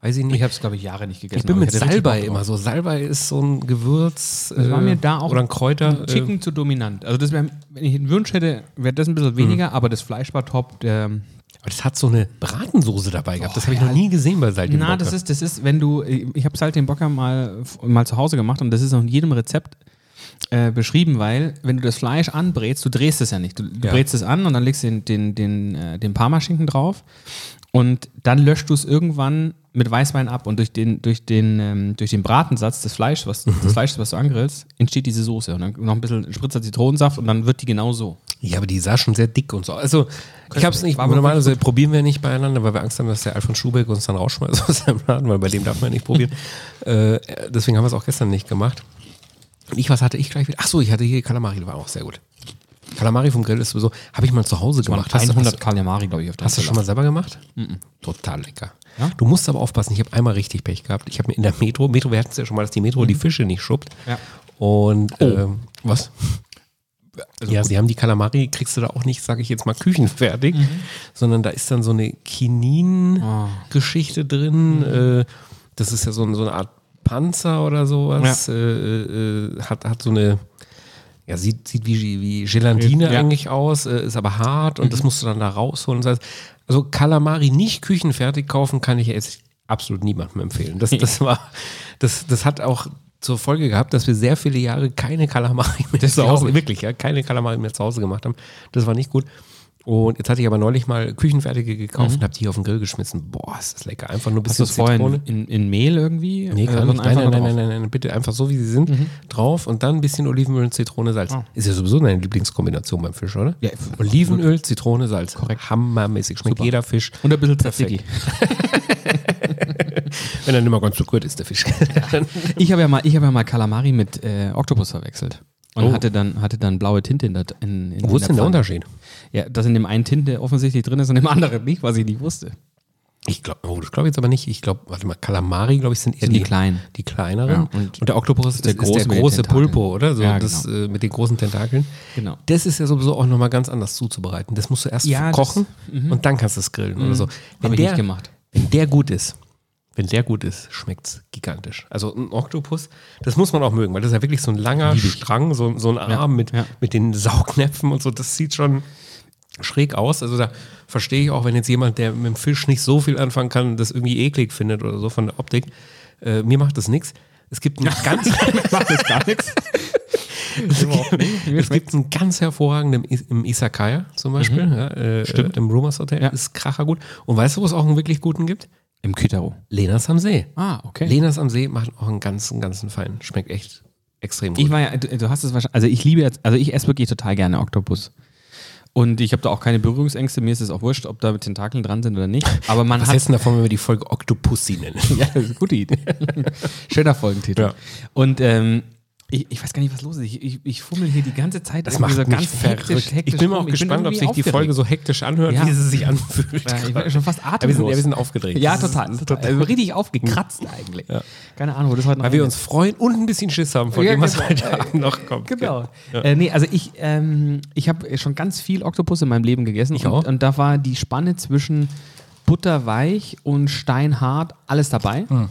weiß ich nicht.
Ich habe es, glaube ich, Jahre nicht gegessen.
Ich bin
aber
mit
hatte richtig
Salbei
Bock drauf.
immer so. Salbei ist so ein Gewürz äh,
Das war mir da auch
oder ein Kräuter.
Äh,
äh,
Chicken zu dominant. Also das wär, wenn ich einen Wunsch hätte, wäre das ein bisschen weniger, aber das Fleisch war top. Der,
Aber das hat so eine Bratensoße dabei gehabt. das habe ich noch nie gesehen bei Salt im
na,
Bocker.
das ist, das ist, wenn du, äh, ich habe Salt den Bocker mal, mal zu Hause gemacht und das ist auch in jedem Rezept äh, beschrieben, weil wenn du das Fleisch anbrätst, du drehst es ja nicht. Du, du
Ja.
brätst es an und dann legst du den, den, den, äh, den Parmaschinken drauf und dann löscht du es irgendwann mit Weißwein ab und durch den, durch den, ähm, durch den Bratensatz des Fleisches, was,
Mhm.
des Fleisches, was du angrillst, entsteht diese Soße und dann noch ein bisschen Spritzer Zitronensaft und dann wird die genau so.
ja, aber die sah schon sehr dick und so. Also, ich habe es nicht.
War aber
Normalerweise probieren wir nicht beieinander, weil wir Angst haben, dass der Alfred Schubeck uns dann rausschmeißt aus seinem Laden, weil bei dem darf man nicht probieren. äh, deswegen haben wir es auch gestern nicht gemacht. Und ich, was hatte ich gleich wieder? Achso, ich hatte hier Kalamari, die war auch sehr gut. Kalamari vom Grill ist sowieso, habe ich mal zu Hause
waren
gemacht. Hast du-
100 Kalamari, glaube ich, auf der
Hast du schon mal selber gemacht? Total lecker.
Ja?
Du musst aber aufpassen, ich habe einmal richtig Pech gehabt. Ich habe mir in der Metro, Metro, wir hatten es ja schon mal, dass die Metro die Fische nicht schuppt.
Ja.
Und ähm, was? ja, sie haben die Kalamari, kriegst du da auch nicht, sage ich jetzt mal, küchenfertig, sondern da ist dann so eine Kinin-Geschichte drin. Äh, das ist ja so, ein- so eine Art Panzer oder sowas. Äh, äh, äh, hat, hat so eine, ja, sieht, sieht wie, wie Gelatine
Ja. Mhm.
eigentlich aus, äh, ist aber hart und das musst du dann da rausholen. Das heißt, also Kalamari nicht küchenfertig kaufen, kann ich jetzt absolut niemandem empfehlen. Das, das, war, das, das hat auch zur Folge gehabt, dass wir sehr viele Jahre keine Kalamari mehr zu
glaub
Hause, wirklich, ja, keine Kalamari mehr zu Hause gemacht haben. Das war nicht gut. Und jetzt hatte ich aber neulich mal Küchenfertige gekauft und habe die auf den Grill geschmissen. Boah, ist das lecker. Einfach nur ein
Mhm. Hast du
bisschen
es vorher
Zitrone.
in, in, in Mehl irgendwie?
Nee,
Äh,
kann
sondern
nicht. Nein,
einfach nur
nein, nein, nein,
drauf? Mhm.
nein, nein, bitte einfach so, wie sie sind, drauf und dann ein bisschen Olivenöl und Zitrone, Salz. Ist ja sowieso deine Lieblingskombination beim Fisch, oder?
Ah. Ja, f-
Olivenöl, Zitrone, Salz. Korrekt. Hammermäßig. Schmeckt jeder Fisch.
Und ein bisschen Tzatziki.
Wenn er nicht mal ganz so gut ist, der Fisch.
Ich habe ja, mal- ich hab ja mal Kalamari mit äh, Oktopus verwechselt. Und
Oh.
hatte, dann, hatte dann blaue Tinte in der in, in
Wo ist denn der
Pfanne.
Unterschied?
Ja, dass in dem einen Tinte offensichtlich drin ist und im anderen nicht, was ich nicht wusste.
Ich glaube, oh, das glaube ich jetzt aber nicht. Ich glaube, warte mal, Kalamari, glaube ich, sind eher
Sind die kleinen.
Die kleineren.
Ja, und
und, der Oktopus ist
der
der,
große
ist
mit
der
den
große
Tentakeln.
Pulpo, oder? So,
Ja,
das,
genau.
äh, mit den großen Tentakeln.
Genau.
Das ist ja sowieso auch nochmal ganz anders zuzubereiten. Das musst du erst
Ja, das- mhm.
kochen und dann kannst du es grillen oder so. Wenn
ich
der,
nicht gemacht.
Wenn der gut ist, wenn der gut ist, schmeckt es gigantisch. Also ein Oktopus, das muss man auch mögen, weil das ist ja wirklich so ein langer Strang, so, so ein Arm mit,
ja.
mit den Saugnäpfen und so. Das sieht schon schräg aus. Also da verstehe ich auch, wenn jetzt jemand, der mit dem Fisch nicht so viel anfangen kann, das irgendwie eklig findet oder so von der Optik. Äh, mir macht das nichts. Es gibt einen ganz macht das gar nichts. Es gibt einen ganz hervorragenden im, im Isakaya zum Beispiel, ja, äh, Stimmt. im Rumors Hotel.
Ja.
Ist krachergut. Und weißt du, wo es auch einen wirklich guten gibt?
Im Kitaro.
Lenas am See.
Ah, okay.
Lenas am See macht auch einen ganzen, ganzen feinen. Schmeckt echt extrem gut.
Ich war ja, du, du hast es wahrscheinlich, also ich liebe jetzt, also ich esse wirklich total gerne Oktopus. Und ich habe da auch keine Berührungsängste, mir ist es auch wurscht, ob da Tentakeln dran sind oder nicht. Aber man
Was
hat
hältst du denn davon, wenn wir die Folge Octopussy nennen?
Ja, das ist eine gute Idee. Schöner Folgentitel.
Ja.
Und ähm, ich, ich weiß gar nicht, was los ist. Ich, ich, ich fummel hier die ganze Zeit.
Das
an
macht
dieser
mich
ganzen
verrückt.
hektisch- hektisch
ich bin mal auch
rum.
gespannt, ob
irgendwie
sich die Folge
aufgeregt.
so hektisch anhört,
Ja.
wie sie sich anfühlt.
Ja, ich bin schon fast
Ja, wir, sind, ja, wir
atemlos.
sind aufgedreht.
Ja,
Das ist
total. total. Also richtig aufgekratzt eigentlich. Keine Ahnung, wo das heute noch
Weil wir
endet.
uns freuen und ein bisschen Schiss haben von
Ja,
dem, was
genau.
heute Abend noch kommt.
Genau. Äh, nee, also ich, ähm, ich habe schon ganz viel Oktopus in meinem Leben gegessen. Ich
auch.
Und, und da war die Spanne zwischen butterweich und steinhart alles dabei.
Hm.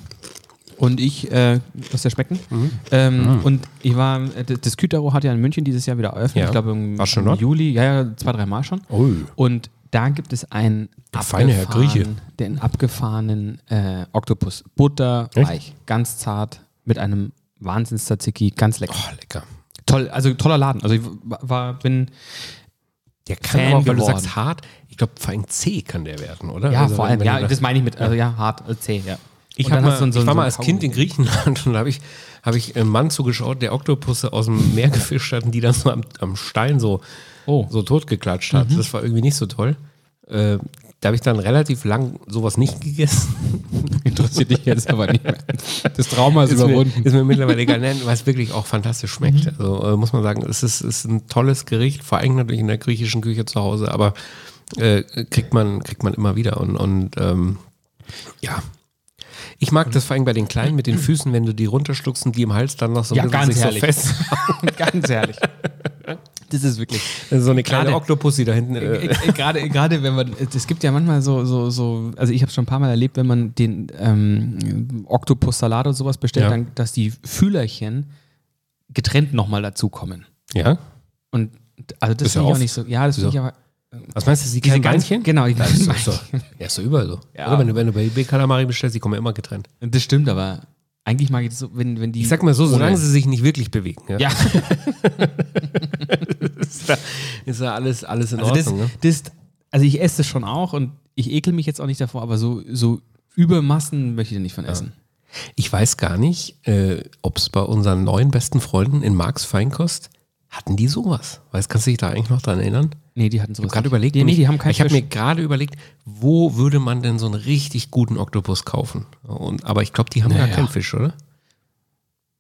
Und ich, äh, lass dir schmecken.
Mhm.
Ähm, Und ich war, äh, das- das Kütero hat ja in München dieses Jahr wieder eröffnet.
Ja.
Ich glaube im,
Warst du schon
im
dort?
Juli, ja, ja, zwei, drei Mal schon.
Ui.
Und da gibt es einen
Der feine Herr Grieche.
den abgefahrenen äh, Oktopus. Butterweich, ganz zart, mit einem Wahnsinns-Tzatziki, ganz lecker.
Oh, lecker.
Toll, also toller Laden. Also ich war- war, bin,
Der kann
Fan
aber, auch, weil
geworden.
du sagst hart, ich glaube, vor allem C kann der werden, oder?
ja,
Also,
vor
wenn-
allem,
wenn
ja,
du
das meine ich mit, also ja, hart, also zäh, ja.
Ich,
Und
hab
dann
mal,
hast du so-
ich
so
war
ein
mal als Kind in
Kaugummi.
Griechenland und da habe ich, hab ich einem Mann zugeschaut, der Oktopusse aus dem Meer gefischt hat und die dann so am, am Stein so,
Oh. Mhm.
so totgeklatscht hat. Das war irgendwie nicht so toll. Äh, da habe ich dann relativ lang sowas nicht gegessen.
Interessiert dich jetzt aber nicht mehr. Das Trauma ist,
mir,
überwunden. Mhm.
ist mir mittlerweile egal, Nein, weil es wirklich auch fantastisch schmeckt. Also äh, muss man sagen, es ist, ist ein tolles Gericht, vor allem natürlich in der griechischen Küche zu Hause, aber äh, kriegt, man, kriegt man immer wieder. Und, und ähm, ja. Ich mag das vor allem bei den Kleinen mit den Füßen, wenn du die runterschluckst und die im Hals dann noch so ein
Ja, ganz
sich
herrlich.
so fest.
Ganz ehrlich. Das ist wirklich.
Das ist So eine kleine
Gerade-
Oktopus, die da hinten. Äh,
Äh, Gerade, gerade wenn man, äh, es gibt ja manchmal so, so, so also ich habe es schon ein paar Mal erlebt, wenn man den ähm, Oktopus-Salat oder sowas bestellt,
Ja.
dann, dass die Fühlerchen getrennt nochmal dazukommen.
ja.
Und also das
Ist
finde ich
ja
auch
auf.
nicht so. Ja, das finde ich aber.
Was meinst du, die kleinen Beinchen?
Genau, die
Ja,
kleinen
ist so,
Beinchen.
so. ja, ist so überall so.
Ja.
Oder wenn du, wenn du bei Kalamari bestellst, die kommen ja immer getrennt.
Das stimmt, aber eigentlich mag ich das so, wenn, wenn die.
Ich sag mal so,
ohne-
solange sie sich nicht wirklich bewegen. Ja.
Ja,
ist da, ist da alles, alles in
also, das,
Ordnung. ne?
das, also ich esse das schon auch und ich ekel mich jetzt auch nicht davor, aber so, so Übermassen möchte ich da nicht von essen.
Ich weiß gar nicht, äh, ob es bei unseren neuen besten Freunden in Marx Feinkost hatten die sowas. Weißt kannst du dich da eigentlich noch dran erinnern?
Nee, die hatten sowas.
Ich habe gerade
nicht.
überlegt,
Die, nee,
und
die haben keinen
ich habe mir
Fisch.
gerade überlegt, wo würde man denn so einen richtig guten Oktopus kaufen? Und, aber ich glaube, die haben
Naja.
gar keinen Fisch, oder?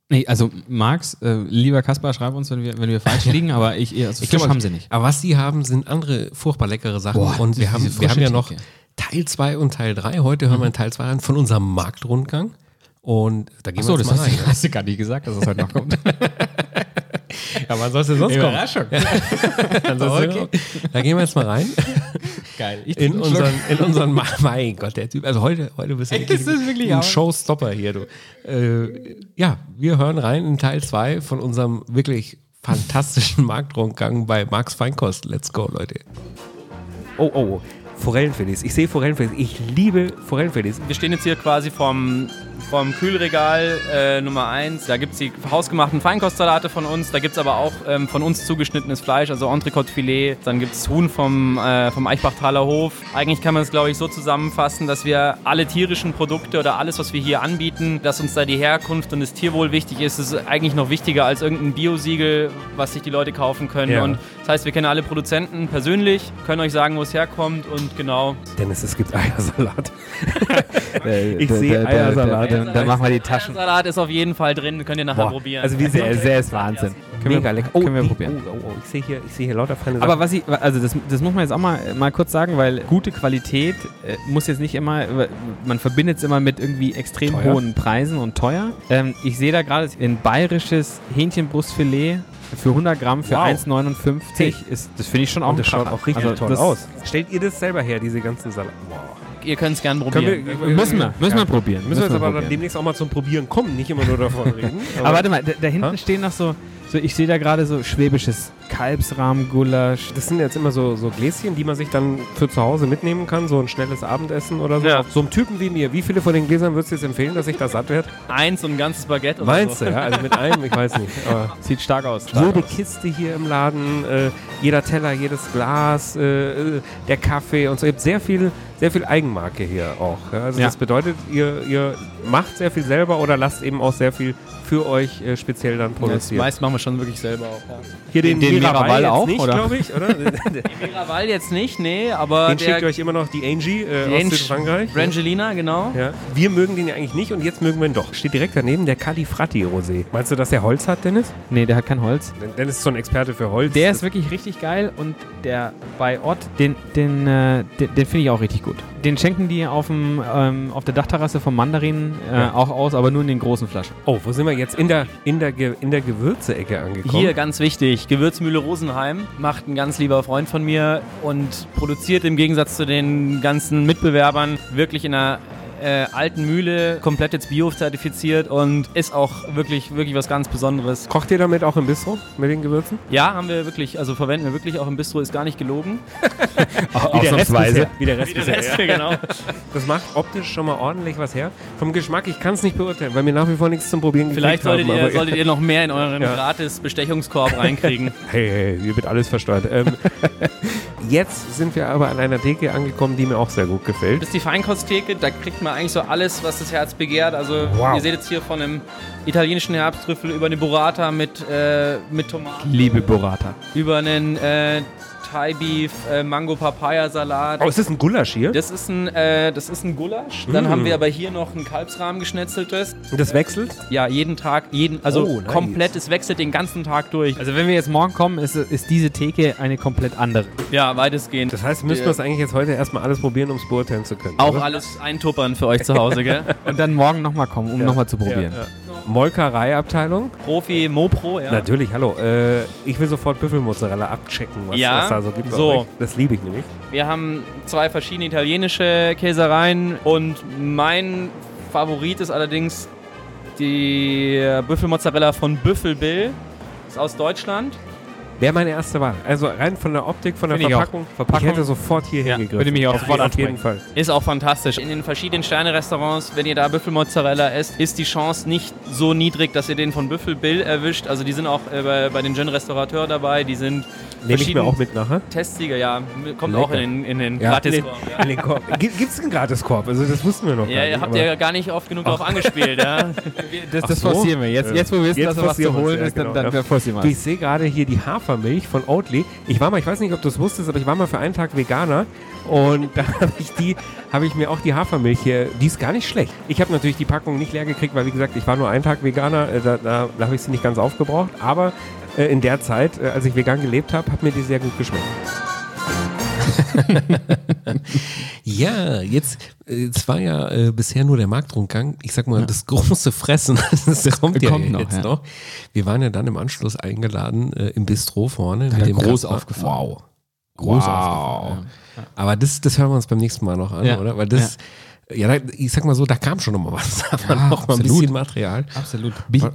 Nee, also Max, äh, lieber Kaspar, schreib uns, wenn wir, wenn wir falsch liegen, aber ich, also Fisch
glaub,
haben sie nicht.
Aber was sie haben, sind andere furchtbar leckere Sachen.
Boah,
und wir
diese
haben, wir
frische Mhm.
haben ja noch
Theke.
Teil 2 und Teil 3. Heute hören wir in Teil 2 an von unserem Marktrundgang. Und da gehen wir
Achso,
jetzt
das
mal
hast,
rein.
du- hast du gar nicht gesagt, dass es heute noch kommt.
Ja, wann sollst du sonst kommen? Wann
Also,
sollst du- also, Da gehen wir jetzt mal rein.
Geil. Ich
In unseren, in unseren, Ma- mein Gott, der Typ, also heute, heute bist du
Ey, ist das wirklich
ein
auch?
Showstopper hier, du. Äh, ja, wir hören rein in Teil 2 von unserem wirklich fantastischen Marktrundgang bei Max Feinkost. Let's go, Leute.
Oh, oh, oh. Forellenfilets. Ich sehe Forellenfilets. Ich liebe Forellenfilets.
Wir stehen jetzt hier quasi vom, vom Kühlregal äh, Nummer 1. Da gibt es die hausgemachten Feinkostsalate von uns. Da gibt es aber auch ähm, von uns zugeschnittenes Fleisch, also Entrecote-Filet. Dann gibt es Huhn vom, äh, vom Eichbachtaler Hof. Eigentlich kann man es, glaube ich, so zusammenfassen, dass wir alle tierischen Produkte oder alles, was wir hier anbieten, dass uns da die Herkunft und das Tierwohl wichtig ist, ist eigentlich noch wichtiger als irgendein Biosiegel, was sich die Leute kaufen können.
Ja.
Und das heißt, wir kennen alle Produzenten persönlich, können euch sagen, wo es herkommt und genau.
Dennis, es gibt Eiersalat.
Ich
sehe Eiersalat.
Dann, dann machen wir die Taschen.
Salat ist auf jeden Fall drin, könnt ihr nachher
Boah,
probieren.
Also wie sehr, sehr ist Wahnsinn.
Mega lecker. Oh,
können wir
ich,
probieren.
Oh, oh, oh. Ich sehe hier, ich sehe hier lauter feine
Aber was ich, also das, das muss man jetzt auch mal, mal kurz sagen, weil gute Qualität äh, muss jetzt nicht immer, man verbindet es immer mit irgendwie extrem hohen Preisen und teuer. Ähm, ich sehe da gerade ein bayerisches Hähnchenbrustfilet für 100 Gramm für
Wow.
1,59 ist, das finde ich schon auch
Und das
ein
schaut
Kracher.
auch richtig
Also
toll
das
aus. Stellt ihr das selber her, diese ganzen Salat?
Ihr könnt es gerne probieren.
Müssen wir, müssen wir probieren.
Müssen wir jetzt aber dann
probieren.
demnächst auch mal zum Probieren kommen, nicht immer nur davon reden.
Aber warte mal, da, da hinten
Hä?
stehen noch so, so ich sehe da gerade so schwäbisches Kalbsrahmgulasch.
das sind jetzt immer so, so Gläschen, die man sich dann für zu Hause mitnehmen kann, so ein schnelles Abendessen oder so.
Ja.
Auf So einem Typen wie mir, wie viele von den Gläsern würdest du jetzt empfehlen, dass ich da satt werde?
Eins und ein ganzes Baguette oder
Meinst
so.
du, ja? Also mit einem, ich weiß nicht. Aber
Sieht stark aus.
Jede Kiste hier im Laden, äh, jeder Teller, jedes Glas, äh, äh, der Kaffee und so. Ihr habt sehr viel, sehr viel Eigenmarke hier auch. Ja? Also
Ja.
das bedeutet, ihr, ihr macht sehr viel selber oder lasst eben auch sehr viel für euch äh, speziell dann
Das
produzieren.
meiste machen wir schon wirklich selber auch.
hier den,
den Miraval
jetzt
auch,
nicht,
oder?
glaube ich, oder? den
Miraval jetzt nicht, nee, aber
den schickt
der
euch immer noch die Angie äh,
Die
aus
Angie-
Südfrankreich.
Brangelina, genau.
Ja. Wir mögen den ja eigentlich nicht und jetzt mögen wir ihn doch. Steht direkt daneben der Califratti Rosé. Meinst du, dass der Holz hat, Dennis?
Nee, der hat kein Holz.
Dennis ist so ein Experte für Holz.
Der ist wirklich richtig geil und der bei Ott, den, den, äh, den, den finde ich auch richtig gut. Den schenken die auf, dem, ähm, auf der Dachterrasse vom Mandarin äh,
Ja.
auch aus, aber nur in den großen Flaschen.
Oh, wo sind wir jetzt? In der, in der, Ge in der Gewürze-Ecke angekommen.
Hier, ganz wichtig, Gewürzmühle Rosenheim macht ein ganz lieber Freund von mir und produziert im Gegensatz zu den ganzen Mitbewerbern wirklich in einer äh, alten Mühle, komplett jetzt bio-zertifiziert und ist auch wirklich, wirklich was ganz Besonderes.
Kocht ihr damit auch im Bistro mit den Gewürzen?
Ja, haben wir wirklich, also verwenden wir wirklich auch im Bistro, ist gar nicht gelogen.
Ausnahmsweise.
Wie der Rest bisher, ja.
genau.
Das macht optisch schon mal ordentlich was her. Vom Geschmack, ich kann es nicht beurteilen, weil mir nach wie vor nichts zum Probieren
Vielleicht solltet
gekriegt haben,
ihr,
aber-
solltet ihr noch mehr in euren
Ja.
Gratis-Bestechungskorb reinkriegen.
Hey, hey, hier wird alles versteuert. Ähm, jetzt sind wir aber an einer Theke angekommen, die mir auch sehr gut gefällt.
Das ist die Feinkosttheke, da kriegt man eigentlich so alles, was das Herz begehrt. Also
Wow.
ihr seht jetzt hier von einem italienischen Herbsttrüffel über eine Burrata mit, äh, mit Tomaten,
Liebe Burrata.
über einen äh, Thai Beef, äh, Mango Papaya Salat.
Oh, ist das ein Gulasch hier?
Das ist ein, äh, das ist ein Gulasch. Dann
Mm.
haben wir aber hier noch ein Kalbsrahmen geschnetzeltes.
Das wechselt?
Ja, jeden Tag, jeden, also
Oh, nice.
komplett, es wechselt den ganzen Tag durch.
Also wenn wir jetzt morgen kommen, ist, ist diese Theke eine komplett andere.
Ja, weitestgehend.
Das heißt, müssen wir es eigentlich jetzt heute erstmal alles probieren, um es beurteilen zu können.
Auch
oder?
alles eintuppern für euch zu Hause, gell?
Und dann morgen nochmal kommen, um nochmal zu probieren.
Ja, ja. Molkereiabteilung?
Profi, Mopro, ja.
Natürlich, hallo. Äh, ich will sofort Büffelmozzarella abchecken, was
Ja,
was da so gibt. bei
so.
euch. Das liebe ich nämlich.
Wir haben zwei verschiedene italienische Käsereien und mein Favorit ist allerdings die Büffelmozzarella von Büffel Bill. Ist aus Deutschland.
Wäre meine erste Wahl. Also rein von der Optik, von der
Finde ich auch.
Verpackung.
Verpackung.
Ich hätte sofort hier
Ja,
hingegriffen.
würde mich auch
Auf-
sofort
Auf jeden Fall.
Ist auch fantastisch. In den verschiedenen Sterne-Restaurants, wenn ihr da Büffelmozzarella esst, ist die Chance nicht so niedrig, dass ihr den von Büffel Bill erwischt. Also die sind auch äh, bei, bei den Jeunes Restaurateurs dabei, die sind
Nehme ich mir auch mit nachher.
Testsieger, ja. Kommt
Lecker.
auch in den, in den
Ja,
Gratiskorb, ja.
In den Korb. Gi- Gibt's einen Gratiskorb? Also das wussten wir noch
Ja, ihr
gar
habt
nicht.
ja gar nicht oft genug darauf angespielt, ja.
Das, das
so.
forcieren wir. Jetzt,
Äh,
jetzt wo wir wissen,
jetzt
dass da was zu
forcieren wir's,
holen
ja,
ist, dann,
genau,
dann
ja.
wir forcieren
Du,
wir
ich sehe gerade hier die Hafermilch von Oatly. Ich war mal, ich weiß nicht, ob du es wusstest, aber ich war mal für einen Tag Veganer und da habe ich die, habe ich mir auch die Hafermilch hier, die ist gar nicht schlecht. Ich habe natürlich die Packung nicht leer gekriegt, weil wie gesagt, ich war nur einen Tag Veganer, äh, da, da, da habe ich sie nicht ganz aufgebraucht, aber äh, in der Zeit, äh, als ich vegan gelebt habe, hat mir die sehr gut geschmeckt.
Ja, jetzt, äh, es war ja äh, bisher nur der Marktrundgang. Ich sag mal, das große Fressen, das kommt ja
Kommt noch,
jetzt
ja.
noch. Wir waren ja dann im Anschluss eingeladen äh, im Bistro vorne.
hat er groß aufgefahren.
Wow. Groß
Wow.
aufgefahren. Ja. Aber das, das hören wir uns beim nächsten Mal noch an,
Ja.
oder? Weil das, ja, da, ich sag mal so, da kam schon noch mal was. Da war
Ja,
noch mal ein
absolut.
bisschen Material.
Absolut. äh,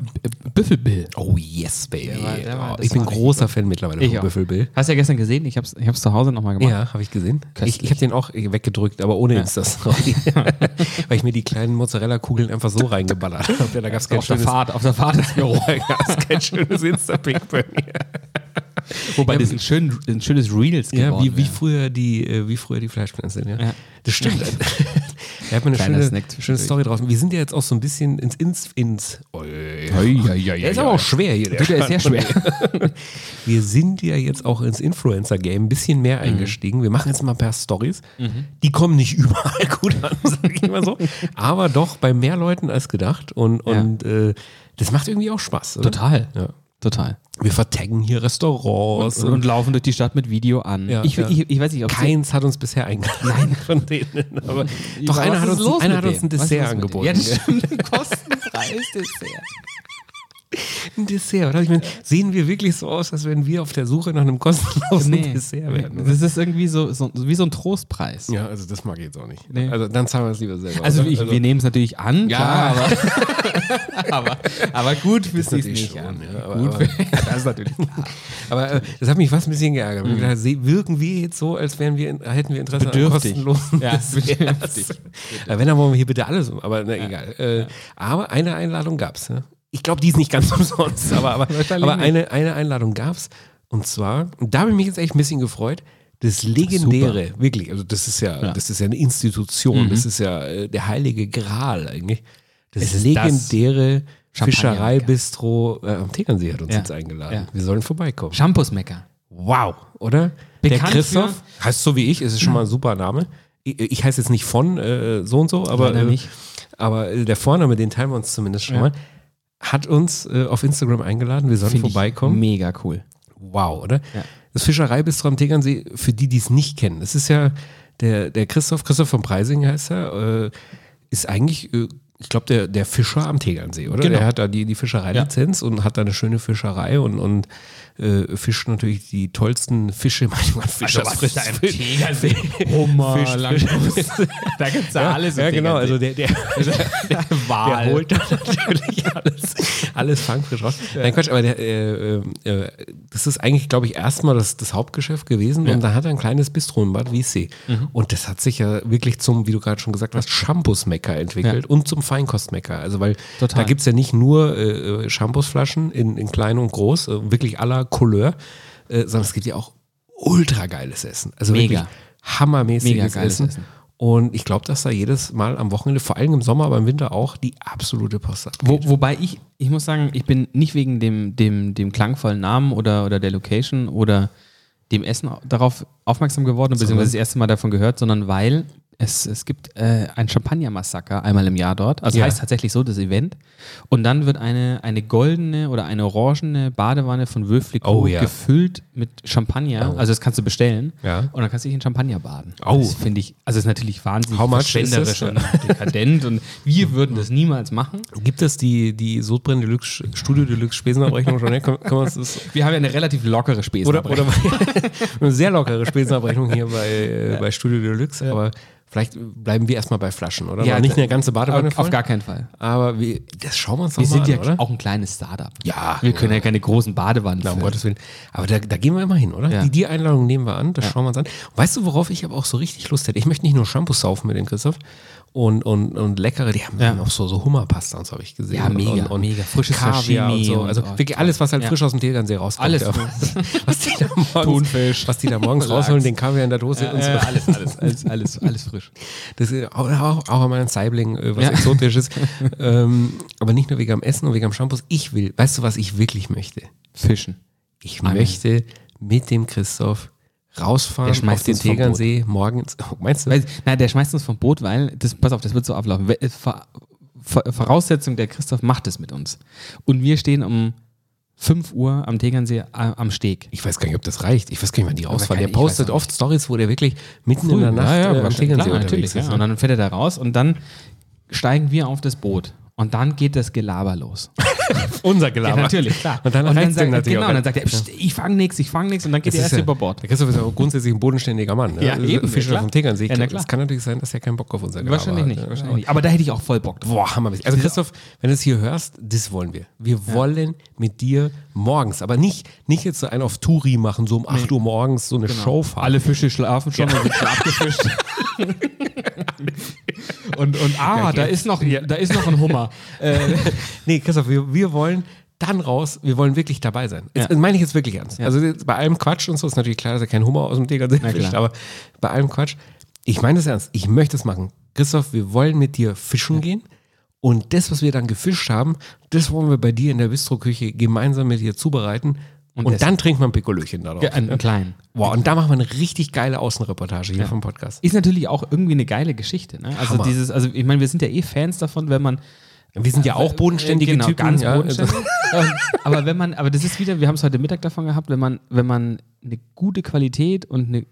Büffelbill.
Oh yes, baby.
Der war- der war-
oh,
das
ich bin
war richtig
großer Fan mittlerweile
Ich
von
auch.
Büffelbill.
Hast du ja gestern gesehen, ich hab's, ich hab's zu Hause nochmal gemacht.
Ja, habe ich gesehen. Ich,
Köstlich.
ich habe den auch weggedrückt, aber ohne Insta-Story. Weil ich mir die kleinen Mozzarella-Kugeln einfach so reingeballert habe. Ja, Da gab es kein,
Auf der
schönes-
Fahrt, auf der Fahrt ins Büro.
da gab's kein schönes Insta-Pick bei mir.
Wobei das ein, schön, ein schönes Reels
Ja,
geworden
wie, wie,
wäre.
früher die, äh, wie früher die Fleischpflanze. Ja.
Ja.
Das stimmt. Da hat man eine
Kleiner
schöne,
Snack
schöne
zwischendurch.
Story draußen. Wir sind ja jetzt auch so ein bisschen ins ins ins. Oi. Der ist aber auch schwer hier.
Du, der ist sehr schwer.
Wir sind ja jetzt auch ins Influencer-Game ein bisschen
Mhm.
mehr eingestiegen. Wir machen jetzt mal ein paar Stories. Die kommen nicht überall gut an, sag ich mal so. Aber doch bei mehr Leuten als gedacht. Und, und äh, das macht irgendwie auch Spaß. Oder?
Total.
Ja.
Total.
Wir vertaggen hier Restaurants.
Und, und laufen durch die Stadt mit Video an.
Mhm. Ja,
ich,
ja.
Ich, ich weiß nicht, ob
keins hat uns bisher eingeladen. Nein, von denen. Aber doch
Was
einer hat
ist
uns,
los
einer
mit
hat uns ein
dem? Was ist
Dessert
los mit dem?
angeboten.
Ja, das stimmt. Ein kostenfreies Dessert.
ein Dessert. Und da hab ich mir, sehen wir wirklich so aus, als wären wir auf der Suche nach einem kostenlosen Dessert werden?
das ist irgendwie so, so wie so ein Trostpreis.
Ja, also das mag ich jetzt auch nicht.
Nee.
Also dann zahlen wir es lieber selber.
Also,
oder?
ich, wir nehmen es natürlich an, klar, aber, aber, aber gut
ist
fürs
natürlich
nächste nicht
schon,
an.
ja, aber-
gut,
aber-
für- das ist natürlich klar. Mhm.
Aber äh, das hat mich fast ein bisschen geärgert. weil Ich gedacht, se- wirken wir jetzt so, als wären wir, in- hätten wir Interesse
Bedürftig.
an kostenlosen
Ja,
Desserts?
bedürftig.
Äh, Wenn, dann wollen wir hier bitte alles um. Aber na, egal. Äh, Aber eine Einladung gab es. Ne? Ich glaube, die ist nicht ganz umsonst. Aber, aber,
Wahrscheinlich
aber eine, eine Einladung gab es. Und zwar, und da habe ich mich jetzt echt ein bisschen gefreut, das legendäre, wirklich, also das ist ja,
Ja. Mhm.
das ist ja eine Institution, das ist ja äh, der heilige Gral eigentlich. Das
Es ist das
legendäre
Champagner.
Fischereibistro äh, am Tegernsee hat uns
Ja.
jetzt eingeladen.
Ja.
Wir sollen vorbeikommen.
Shampoosmecker.
Wow, oder? der
Bekannt
Christoph heißt so wie ich, es ist schon mal ein super Name. Ich, ich heiße jetzt nicht von äh, so und so, aber,
Leider
äh,
nicht.
aber äh, der Vorname, den teilen wir uns zumindest schon mal, hat uns äh, auf Instagram eingeladen, wir sollen
Find ich
vorbeikommen.
Mega cool.
Wow, oder?
Ja.
Das Fischereibistro am Tegernsee, für die, die es nicht kennen, das ist ja der, der Christoph, Christoph von Preising heißt er, äh, ist eigentlich, äh, ich glaube, der, der Fischer am Tegernsee, oder?
Genau.
Der hat da die, die Fischereilizenz und hat da eine schöne Fischerei und, und äh, fischt natürlich die tollsten Fische, manchmal
Also,
Fischer.
Tegernsee?
Oh,
Hummer, Langfuß. Da gibt's ja, alles im
ja, genau,
Tegernsee.
also der, der,
Wal.
Der holt dann natürlich alles, alles fangfrisch raus. Nein, Quatsch, aber der, äh, äh, äh, das ist eigentlich, glaube ich, erstmal das, das Hauptgeschäft gewesen. Und dann hat er ein kleines Bistro in Bad Wiessee.
Mhm.
Und das hat sich ja wirklich zum, wie du gerade schon gesagt hast, Shampoos-Mecker entwickelt und zum Feinkostmecker. Also, weil
Total.
da gibt es ja nicht nur äh, äh, Shampoosflaschen in, in klein und groß, äh, wirklich aller Couleur, äh, sondern es gibt ja auch ultra geiles Essen. Also
Mega.
wirklich hammermäßiges
Mega geiles
Essen.
Essen.
Und ich glaube, dass da jedes Mal am Wochenende, vor allem im Sommer, aber im Winter auch, die absolute Post abgeht.
Wo, wobei ich, ich muss sagen, ich bin nicht wegen dem, dem, dem klangvollen Namen oder, oder der Location oder dem Essen au- darauf aufmerksam geworden, beziehungsweise das erste Mal davon gehört, sondern weil es, es gibt äh, ein Champagner-Massaker einmal im Jahr dort. Also
Ja.
heißt tatsächlich so das Event. Und dann wird eine, eine goldene oder eine orangene Badewanne von Würfli
Oh, ja. Oh.
gefüllt mit Champagner. Also das kannst du bestellen.
Ja.
Und dann kannst du dich in Champagner baden.
Au.
Das finde ich, also das ist natürlich wahnsinnig
How much is this?
verschwenderisch und dekadent. Und wir würden das niemals machen.
Gibt es die, die Sodbrenn Deluxe, Studio Deluxe Spesenabrechnung schon? Ne? Kann, kann man uns das,
Wir haben ja eine relativ lockere Spesen.
oder, oder eine sehr lockere Spesenabrechnung hier bei, äh, bei Studio Deluxe, aber vielleicht bleiben wir erstmal bei Flaschen, oder?
Ja,
Machen nicht eine ganze Badewanne
auf,
voll,
auf gar keinen Fall.
aber wir, das schauen wir uns
Wir
nochmal
sind
an,
ja
oder?
auch ein kleines Startup.
Ja.
Wir können ja keine großen Badewannen
Na, um
füllen.
Gottes Willen. Aber da, da gehen wir immer hin, oder?
Ja.
Die, die Einladung nehmen wir an, das schauen wir uns an. Weißt du, worauf ich aber auch so richtig Lust hätte? Ich möchte nicht nur Shampoo saufen mit dem Christoph und, und, und leckere, die haben
Ja.
noch so, so Hummerpasta und so habe ich gesehen.
Ja,
und,
mega,
und, und
mega. Frisches
Kaviar und
Sashimi
so.
und-
Also
oh,
wirklich
toll.
alles, was halt
Ja.
frisch aus dem Tegernsee rauskommt.
Alles.
Ja, Äh, was, was die da morgens, Thunfisch. Was die da morgens rausholen, den Kaviar in der Dose und so.
Äh, alles, alles, alles, alles, alles frisch.
Das ist auch, auch, auch an meinem Saibling äh, was
Ja.
Exotisches. ähm, aber nicht nur wegen am Essen und wegen am Shampoos. Ich will, weißt du, was ich wirklich möchte?
Fischen.
Ich
Angeln.
möchte mit dem Christoph
Der
rausfahren
schmeißt
auf den
uns vom Boot.
Tegernsee morgens. Oh, meinst du?
Weil, nein, der schmeißt uns vom Boot, weil, das, pass auf, das wird so ablaufen. We- Ver, Ver, Voraussetzung, der Christoph macht es mit uns. Und wir stehen um 5 Uhr am Tegernsee äh, am Steg.
Ich weiß gar nicht, ob das reicht. Ich weiß gar nicht, wann die ausfahren.
kann-
Der
ich weiß
postet
auch
oft Stories, wo der wirklich mitten in der Nacht äh, am Tegernsee
Klar,
unterwegs
natürlich.
ist. ne?
Ja. Und dann fährt er da raus und dann steigen wir auf das Boot. Und dann geht das Gelaber los.
Unser Gelaber. Und dann reizt
sagt,
dem natürlich
genau,
auch
und dann
rein.
sagt er, "Psst, ich fange nichts, ich fange nichts. Und dann geht
Das
er
ist
erst
ja-
über Bord.
Der Christoph ist ja auch grundsätzlich ein bodenständiger Mann. Ne?
Ja, eben, ja,
Fischer
klar.
vom Tegernsee. Ich
Ja, na
glaub,
klar.
Es kann natürlich sein, dass er keinen Bock auf unser Gelaber
Wahrscheinlich
hat.
nicht.
ne?
Wahrscheinlich. nicht. Aber da hätte ich auch voll Bock drauf.
Boah, hammermäßig. Also Christoph, wenn du es hier hörst, das wollen wir. Wir wollen mit dir morgens, aber nicht, nicht jetzt so einen auf Touri machen, so um 8 Uhr morgens so eine Show fahren.
Alle Fische schlafen schon und sind schon abgefischt. und, und ah, da, ist noch, da ist noch ein Hummer.
Äh, Nee, Christoph, wir, wir wollen dann raus, wir wollen wirklich dabei sein. Das meine ich jetzt wirklich ernst. Also jetzt bei allem Quatsch und so ist natürlich klar, dass er kein Hummer aus dem Tegernsee
Na klar.
fischt, aber bei allem Quatsch, ich meine das ernst, ich möchte es machen. Christoph, wir wollen mit dir fischen gehen und das, was wir dann gefischt haben, das wollen wir bei dir in der Bistroküche gemeinsam mit dir zubereiten und,
essen.
dann trinkt man Pikolöchen darauf.
Ja, einen kleinen.
Boah, und da machen wir eine richtig geile Außenreportage hier vom Podcast.
Ist natürlich auch irgendwie eine geile Geschichte. Ne? Also
Hammer.
dieses, also ich meine, wir sind ja eh Fans davon, wenn man
Wir sind ja auch bodenständige
genau,
Typen.
Ganz
ja. also
bodenständig. Ähm, aber wenn man, aber das ist wieder, wir haben es heute Mittag davon gehabt, wenn man, wenn man eine gute Qualität und eine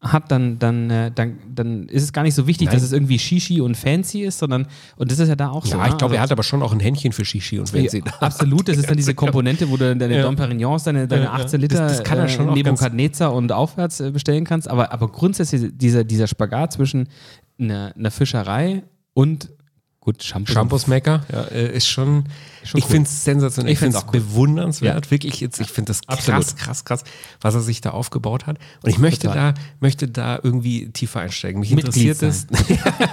hat, dann, dann, äh, dann, dann ist es gar nicht so wichtig,
Nein.
dass es irgendwie Shishi und fancy ist, sondern, und das ist ja da auch so.
ja,
ne?
ich glaube,
Also-
er hat aber schon auch ein Händchen für Shishi und wenn
Ja,
sie da
absolut, das ist dann
genau.
diese Komponente, wo du dann deine Dom Perignons, deine, deine 18 Liter
Das- das kann er schon auch
neben
ganz-
Cadnezza und aufwärts äh, bestellen kannst. Aber, aber grundsätzlich dieser, dieser Spagat zwischen einer, einer Fischerei und gut, Shampoo.
Shampoos-Maker ja, äh, ist schon,
Schon
ich
cool.
finde es sensationell,
Ich
ich finde es
find's auch cool.
bewundernswert, wirklich jetzt, ich finde das krass,
Absolut.
krass, krass, was er sich da aufgebaut hat und ich möchte
Total.
da, möchte da irgendwie tiefer einsteigen, mich
Mitglied
interessiert es,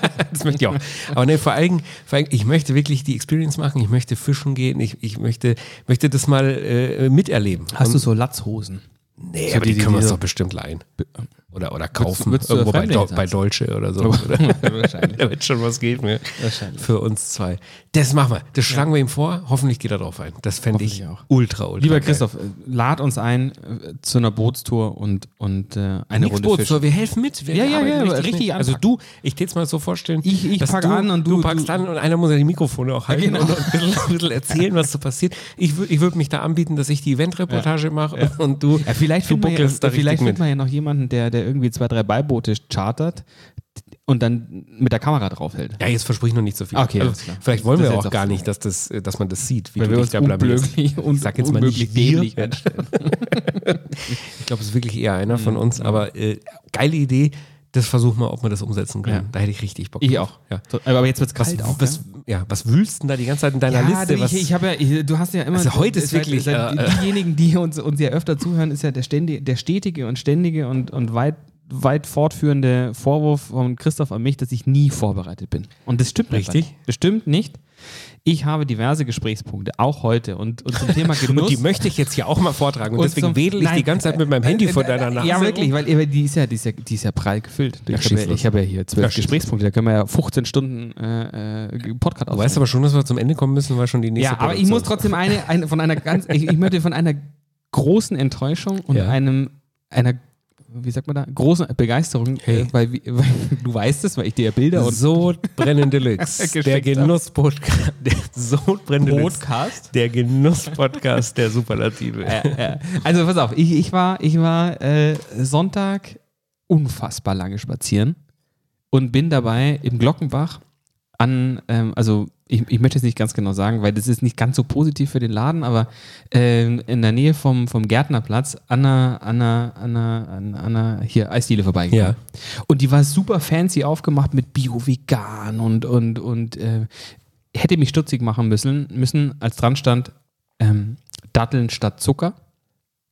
das möchte ich auch, aber ne, vor allem, vor allem, ich möchte wirklich die Experience machen, ich möchte fischen gehen, ich, ich möchte, möchte das mal äh, miterleben.
Hast du so Latzhosen?
nee,
so
aber die,
die-
können wir
die-
uns doch bestimmt leihen. Oder, oder kaufen,
würdest du
irgendwo bei,
Fremdlinge
Do- bei
sein?
Dolce oder so. Oder?
Wahrscheinlich.
Da wird schon was geben ja. für uns zwei. Das machen wir. Das schlagen wir ihm vor. Hoffentlich geht er drauf ein. Das fände ich
Hoffentlich auch.
ultra, ultra.
Lieber
geil.
Christoph, äh, lad uns ein äh, zu einer Bootstour und, und äh, eine
Nix
Runde
Boot,
Fischen.
so, wir helfen mit. Wir
Ja, ja,
arbeiten
ja,
richtig,
aber
richtig
richtig
mit. Also
anpacken.
du, ich tät's mal so vorstellen.
Ich- ich
dass
pack an und
Du
du-
packst
du-
an und einer muss ja die Mikrofone auch halten
Ja, genau.
und ein bisschen, ein bisschen erzählen, was so passiert. Ich, wür- ich würde mich da anbieten, dass ich die Eventreportage mache und du,
Ja, Äh, vielleicht
du
finden wir ja,
buckelst da
vielleicht
richtig mit.
findet man ja noch jemanden, der, der irgendwie zwei, drei Beiboote chartert und dann mit der Kamera draufhält.
Ja, jetzt versprich ich noch nicht so viel.
Okay,
also,
alles klar.
vielleicht wollen
Das
wir
ist jetzt
auch
auch
gar
so.
nicht, dass, das, äh, dass man das sieht, wie
Weil
du
wir
dich
uns
da blamierst.
unmöglich-
Ich sag jetzt mal nicht
unmöglich dämlich
wir.
anstellen.
Ich glaube, es ist wirklich eher einer
Mhm.
von uns, aber äh, geile Idee. Das versuchen wir, ob wir das umsetzen können.
Ja.
Da hätte ich richtig Bock.
Ich
drauf.
auch.
Ja.
So, Aber jetzt wird's
Was,
kalt auch.
was,
ne?
ja, was wühlst denn da die ganze Zeit in deiner Liste?
du,
Was,
ich, ich hab ja, ich, du hast ja immer.
Also heute ist
seit-
wirklich,
seit-
äh, äh.
diejenigen, die uns, uns ja öfter zuhören, ist ja der, ständige, der stetige und ständige und, und weit, weit fortführende Vorwurf von Christoph an mich, dass ich nie vorbereitet bin. Und das stimmt
Richtig.
Nicht. Das stimmt nicht. Ich habe diverse Gesprächspunkte, auch heute. Und, und zum Thema Genuss.
und die möchte ich jetzt hier auch mal vortragen. Und,
Und
deswegen
zum-
wedel ich
Nein. Äh,
die ganze Zeit mit meinem Handy vor deiner Nase.
Ja,
rum.
wirklich, weil eben die ist ja, die ist ja, die ist ja prall gefüllt. ich
schieß
habe ja,
los.
ich hab ja hier zwölf
Ja, schieß
Gesprächspunkte, da können wir ja 15 Stunden äh, äh, Podcast
Du weißt aber schon, dass wir zum Ende kommen müssen, weil schon die nächste
Ja, aber ich muss trotzdem
Produktion-
eine, eine von einer ganz, ich, ich möchte von einer großen Enttäuschung und
Ja.
einem, einer, wie sagt man da, großen Begeisterung,
Hey.
äh, weil, wir- weil du weißt es, weil ich dir ja Bilder und
So brennende Lux, der
Geschickt.
Genuss-Podcast. Der so brennende Lux,
Podcast.
der Genuss-Podcast der Superlative.
Ja. Also pass auf, ich, ich war, ich war äh, Sonntag unfassbar lange spazieren und bin dabei im Glockenbach an, ähm, also ich, ich möchte es nicht ganz genau sagen, weil das ist nicht ganz so positiv für den Laden, aber ähm, in der Nähe vom, vom Gärtnerplatz an einer, an einer, an einer, an einer hier, Eisdiele vorbeigegangen.
Ja.
Und die war super fancy aufgemacht mit Bio-Vegan und, und, und äh, hätte mich stutzig machen müssen, müssen als dran stand ähm, Datteln statt Zucker.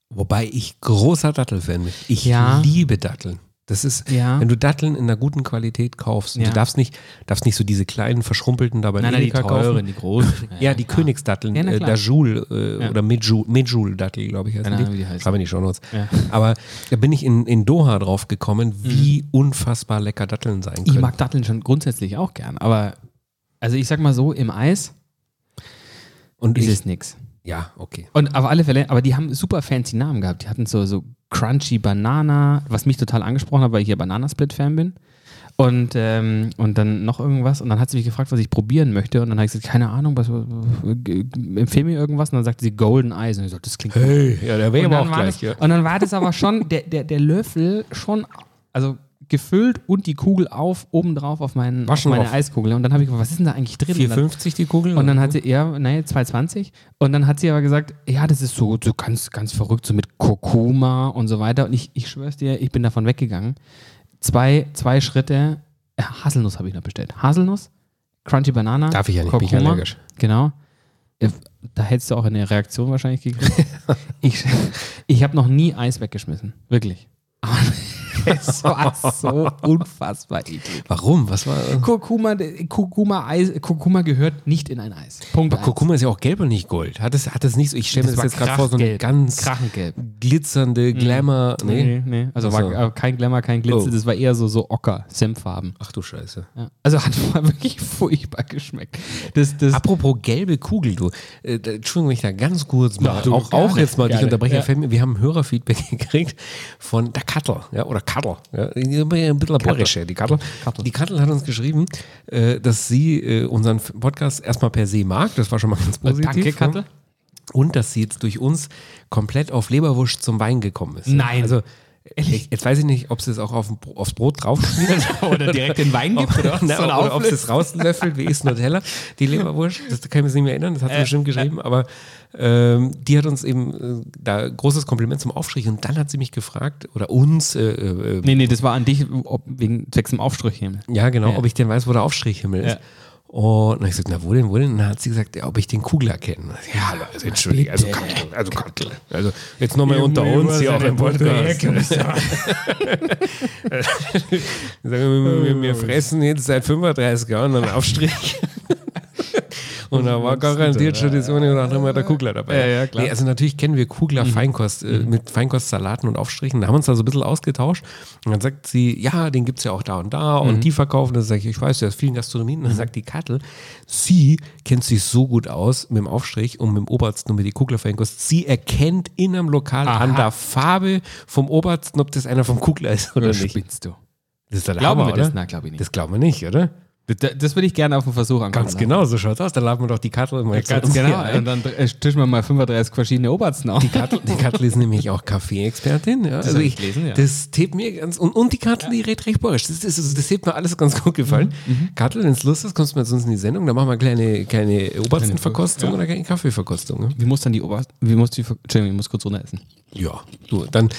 Wobei ich großer Dattelfan bin. Ich
Ja.
liebe Datteln. Das ist,
Ja.
wenn du Datteln in einer guten Qualität kaufst, und
Ja.
du darfst nicht, darfst nicht so diese kleinen, verschrumpelten dabei
Nein, nein, die teuren, die großen.
Ja, die Königsdatteln,
Ja, na
äh,
klar.
Dajul äh,
Ja.
oder Medjul, Medjul Dattel, glaube ich, heißen
Keine Ahnung,
die.
wie die heißen.
Schreibe in die Shownotes.
Ja.
Aber da bin ich in, in Doha drauf gekommen, wie unfassbar lecker Datteln sein
Mhm. Ich
können.
mag Datteln schon grundsätzlich auch gern, aber also ich sag mal so, im Eis
und
ist
ich,
es nix.
ja, okay.
Und auf alle Fälle, aber die haben super fancy Namen gehabt. Die hatten so, so Crunchy Banana, was mich total angesprochen hat, weil ich ja Bananasplit-Fan bin. Und, ähm, und dann noch irgendwas. Und dann hat sie mich gefragt, was ich probieren möchte. Und dann habe ich gesagt, keine Ahnung, was, g- g- empfehl mir irgendwas. Und dann sagte sie Golden Eyes. Und ich so, das klingt gut.
Hey, ja, da wäre
Und
aber
dann,
auch
war
gleich.
das,
ja.
und dann war das aber schon, der, der, der Löffel schon, also gefüllt und die Kugel auf, obendrauf auf, meinen,
War
auf
schon
meine
drauf.
Eiskugel. Und dann habe ich gefragt, was ist denn da eigentlich drin? Und dann,
4,50 die Kugel?
und dann hat sie, ja, nee, 2,20. Und dann hat sie aber gesagt, ja, das ist so, so ganz, ganz verrückt, so mit Kurkuma und so weiter. Und ich, ich schwör's dir, ich bin davon weggegangen. Zwei, zwei Schritte, äh, Haselnuss habe ich noch bestellt. Haselnuss, Crunchy Banana.
Darf ich ja nicht, bin ich
Kurkuma.
allergisch.
Genau. Äh, Da hättest du auch eine Reaktion wahrscheinlich gekriegt. ich ich habe noch nie Eis weggeschmissen. Wirklich. Aber es war so unfassbar eklig.
Warum? Was war?
Kurkuma, Kurkuma, Eis, Kurkuma gehört nicht in ein Eis. Punkt.
Aber
eins.
Kurkuma ist ja auch gelb und nicht Gold. Hat es, hat es nicht so, ich stelle mir das,
war
jetzt gerade vor, so eine
krachgelb.
ganz
Krachengelb.
glitzernde Glamour. Mhm. Nee.
Nee, nee. Also
Ach
war
so.
äh, kein Glamour, kein Glitzer,
Oh.
das war eher so, so Ocker, Senffarben.
Ach du Scheiße.
Ja. Also hat mal wirklich furchtbar geschmeckt. Das, das
Apropos gelbe Kugel, du. Äh, da- Entschuldigung, wenn ich da ganz kurz mal,
du,
auch,
gerne,
auch jetzt mal dich
gerne,
unterbreche.
ja.
fällt mir- Wir haben Hörerfeedback gekriegt von der Kattel, ja, oder Kattel. Ja, ein bisschen borische, die Kattel.
Kattel.
Die Kattel hat uns geschrieben, äh, dass sie äh, unseren Podcast erstmal per se mag. Das war schon mal ganz positiv.
Danke,
ne?
Kattel.
Und dass sie jetzt durch uns komplett auf Leberwurst zum Wein gekommen ist.
Nein.
Also, ich, jetzt weiß ich nicht, ob sie es auch auf, aufs Brot draufschmiert
Oder direkt den Wein gibt
oder,
was? So eine
oder ob sie
Auflösung.
es rauslöffelt, wie ist Nutella, die Leberwurst, das kann ich mir jetzt nicht mehr erinnern, das hat sie bestimmt geschrieben, aber ähm, die hat uns eben äh, da großes Kompliment zum Aufstrich und dann hat sie mich gefragt, oder uns, äh, äh,
Nee, nee, das war an dich ob, wegen sechs im Aufstrich hin.
ja genau,
Ja.
ob ich denn weiß, wo der Aufstrichhimmel ist.
Ja.
Und dann hab ich gesagt, na wo denn, wo denn? Und dann hat sie gesagt, ja, ob ich den Kugler kenne. Ja, also, entschuldige, also Kattel, also Kattel. Also jetzt nochmal unter uns hier auch im Podcast. Sagen wir, wir, wir fressen jetzt seit 35 Jahren einen Aufstrich. Und da war garantiert schon das eine oder andere Mal der Kugler dabei.
Ja, ja, klar. Mhm.
Nee, also natürlich kennen wir Kugler Feinkost äh, mit Feinkostsalaten und Aufstrichen. Da haben wir uns da so ein bisschen ausgetauscht. Und dann sagt sie, ja, den gibt es ja auch da und da.
Mhm.
Und die verkaufen. Dann sage ich, ich weiß, ja, aus vielen Gastronomien. Und dann sagt die Kattel, sie kennt sich so gut aus mit dem Aufstrich und mit dem Obersten und mit der Kugler Feinkost. Sie erkennt in einem Lokal an der Farbe vom Obersten, ob das einer vom Kugler ist oder nicht.
Spinnst du?
Das ist doch der
Glauben
Hammer,
wir das?
oder?
Na, glaube ich nicht.
Das glauben wir nicht, oder?
Das, das würde ich gerne auf den Versuch angucken.
Ganz genau, so schaut's aus. Da laden wir doch die Kattel immer extra
Ganz
uns hier
genau. Und
ein.
dann äh, tischen wir mal 35 verschiedene Obersten auf.
Die Kattel, die Kattel ist nämlich auch Kaffee-Expertin. Ja. Also
hab
ich,
ich gelesen, ja.
Das tippt mir ganz. Und, und die Kattel, die redet recht borisch. Das, das, das, das hat mir alles ganz gut gefallen. Kattel, wenn es Lust ist, kommst du mit uns in die Sendung. Da machen wir kleine, kleine Oberstenverkostung oder kleine Kaffeeverkostung. Ne?
Wie muss dann die Obersten, wie muss die, Entschuldigung, ich muss kurz runter essen.
Ja, du, dann.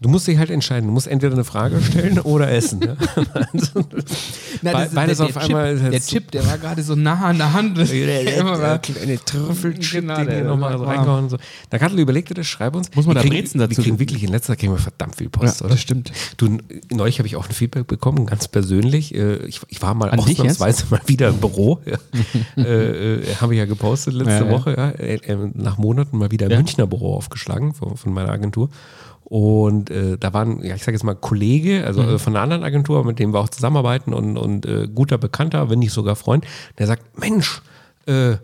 Du musst dich halt entscheiden. Du musst entweder eine Frage stellen oder essen. Ne?
Na,
Be- beides auf einmal ist
Chip,
jetzt-
der Chip, der war gerade so nah an der Hand.
Eine kleine Trüffelchip,
Genau,
den
der-
hier nochmal
der-
so reingehauen. So. Da Kattel überlegte das, schreib uns.
Muss man
Wir
da
kriegen-
Brezen dazu
Wir kriegen
geben?
wirklich in letzter Zeit kriegen wir verdammt viel Post,
Ja,
oder?
das stimmt.
Du, n- neulich habe ich auch ein Feedback bekommen, ganz persönlich. Äh, Ich, ich war mal
An dich
ausnahmsweise mal wieder im Büro. Ja. äh, äh, habe ich ja gepostet letzte
Ja, ja.
Woche. Ja. Äh, äh, nach Monaten mal wieder im Münchner Büro aufgeschlagen von, von meiner Agentur. Und äh, da waren, ja, ich sage jetzt mal Kollege, also
Mhm.
äh, von einer anderen Agentur, mit dem wir auch zusammenarbeiten und, und äh, guter Bekannter, wenn nicht sogar Freund, der sagt, Mensch, äh,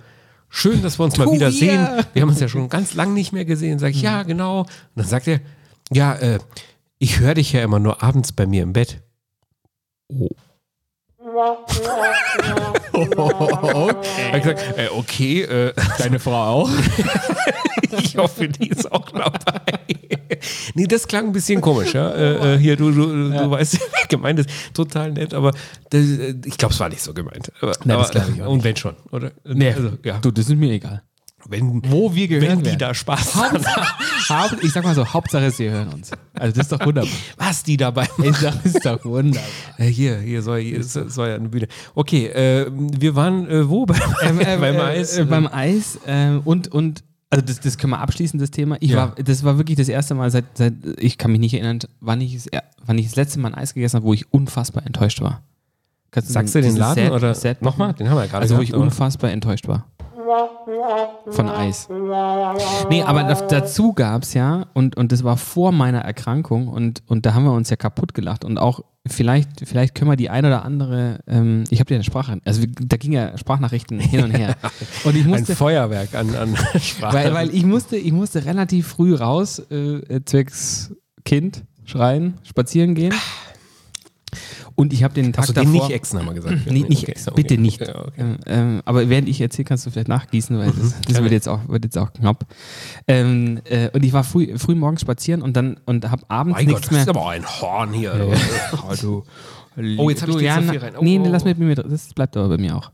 schön, dass wir uns mal
Du,
wieder
wir.
sehen. Wir haben uns ja schon ganz lang nicht mehr gesehen.
Hm.
Sag ich, ja, genau. Und dann sagt er, ja, äh, ich höre dich ja immer nur abends bei mir im Bett. Oh. okay. Hab ich gesagt, äh, okay, äh,
Deine Frau auch?
ich hoffe, die ist auch dabei. nee, das klang ein bisschen komisch, ja. Äh, äh, hier, du, du, du, du weißt, wie gemeint ist. Total nett, aber das, äh, ich glaube, es war nicht so gemeint. Aber,
Nein, das
aber-
glaub ich auch
Und wenn schon, oder?
Nee,
also, ja.
du, das ist mir egal.
wenn,
Wo wir
wenn
gehören
die
werden.
da Spaß haben.
Haupt, ich sag mal so, Hauptsache sie hören uns. Also das ist doch wunderbar.
Was die dabei machen.
Ich sag, das ist doch wunderbar.
Äh, Hier, hier soll, hier ist- soll ja eine Bühne. Okay, äh, wir waren äh, wo? Bei,
Ähm, äh,
beim
äh,
Eis.
Äh, beim Eis äh, und, und also das, das können wir abschließen, das Thema. Ich
Ja.
war, das war wirklich das erste Mal seit, seit ich kann mich nicht erinnern, wann ich, es- wann ich das letzte Mal ein Eis gegessen habe, wo ich unfassbar enttäuscht war. Kannst
Sagst du den
dieses
Laden
Sad-
oder
Sad-
nochmal? Den haben wir ja gerade
Also, wo ich
gehabt, aber-
unfassbar enttäuscht war. Von Eis. Nee, aber da- dazu gab es ja, und, und das war vor meiner Erkrankung, und, und da haben wir uns ja kaputt gelacht. Und auch vielleicht, vielleicht können wir die ein oder andere, ähm, ich habe dir eine Sprache, also wir- da ging ja Sprachnachrichten hin und her. Und ich
ein
musste,
Feuerwerk an, an Sprache.
weil, weil ich musste, ich musste relativ früh raus, äh, zwecks Kind, schreien, spazieren gehen. Und ich habe den Tag
Hast du den
davor
nicht exen, haben wir gesagt.
Nee, nicht,
okay, okay.
bitte nicht.
Ja, okay.
Ähm, ähm, aber während ich erzähle, kannst du vielleicht nachgießen, weil das, das wird, jetzt auch, wird jetzt auch knapp. Ähm, äh, und ich war früh, früh morgens spazieren und dann und habe abends
Mein Gott,
nichts
das ist
mehr.
aber ein Horn hier. Oh, du. Oh, jetzt hab ich
Du,
dir
ja,
zu viel
na-
rein. Oh,
nee,
oh,
nee, lass
oh.
mit mir drin. Das bleibt aber bei mir auch.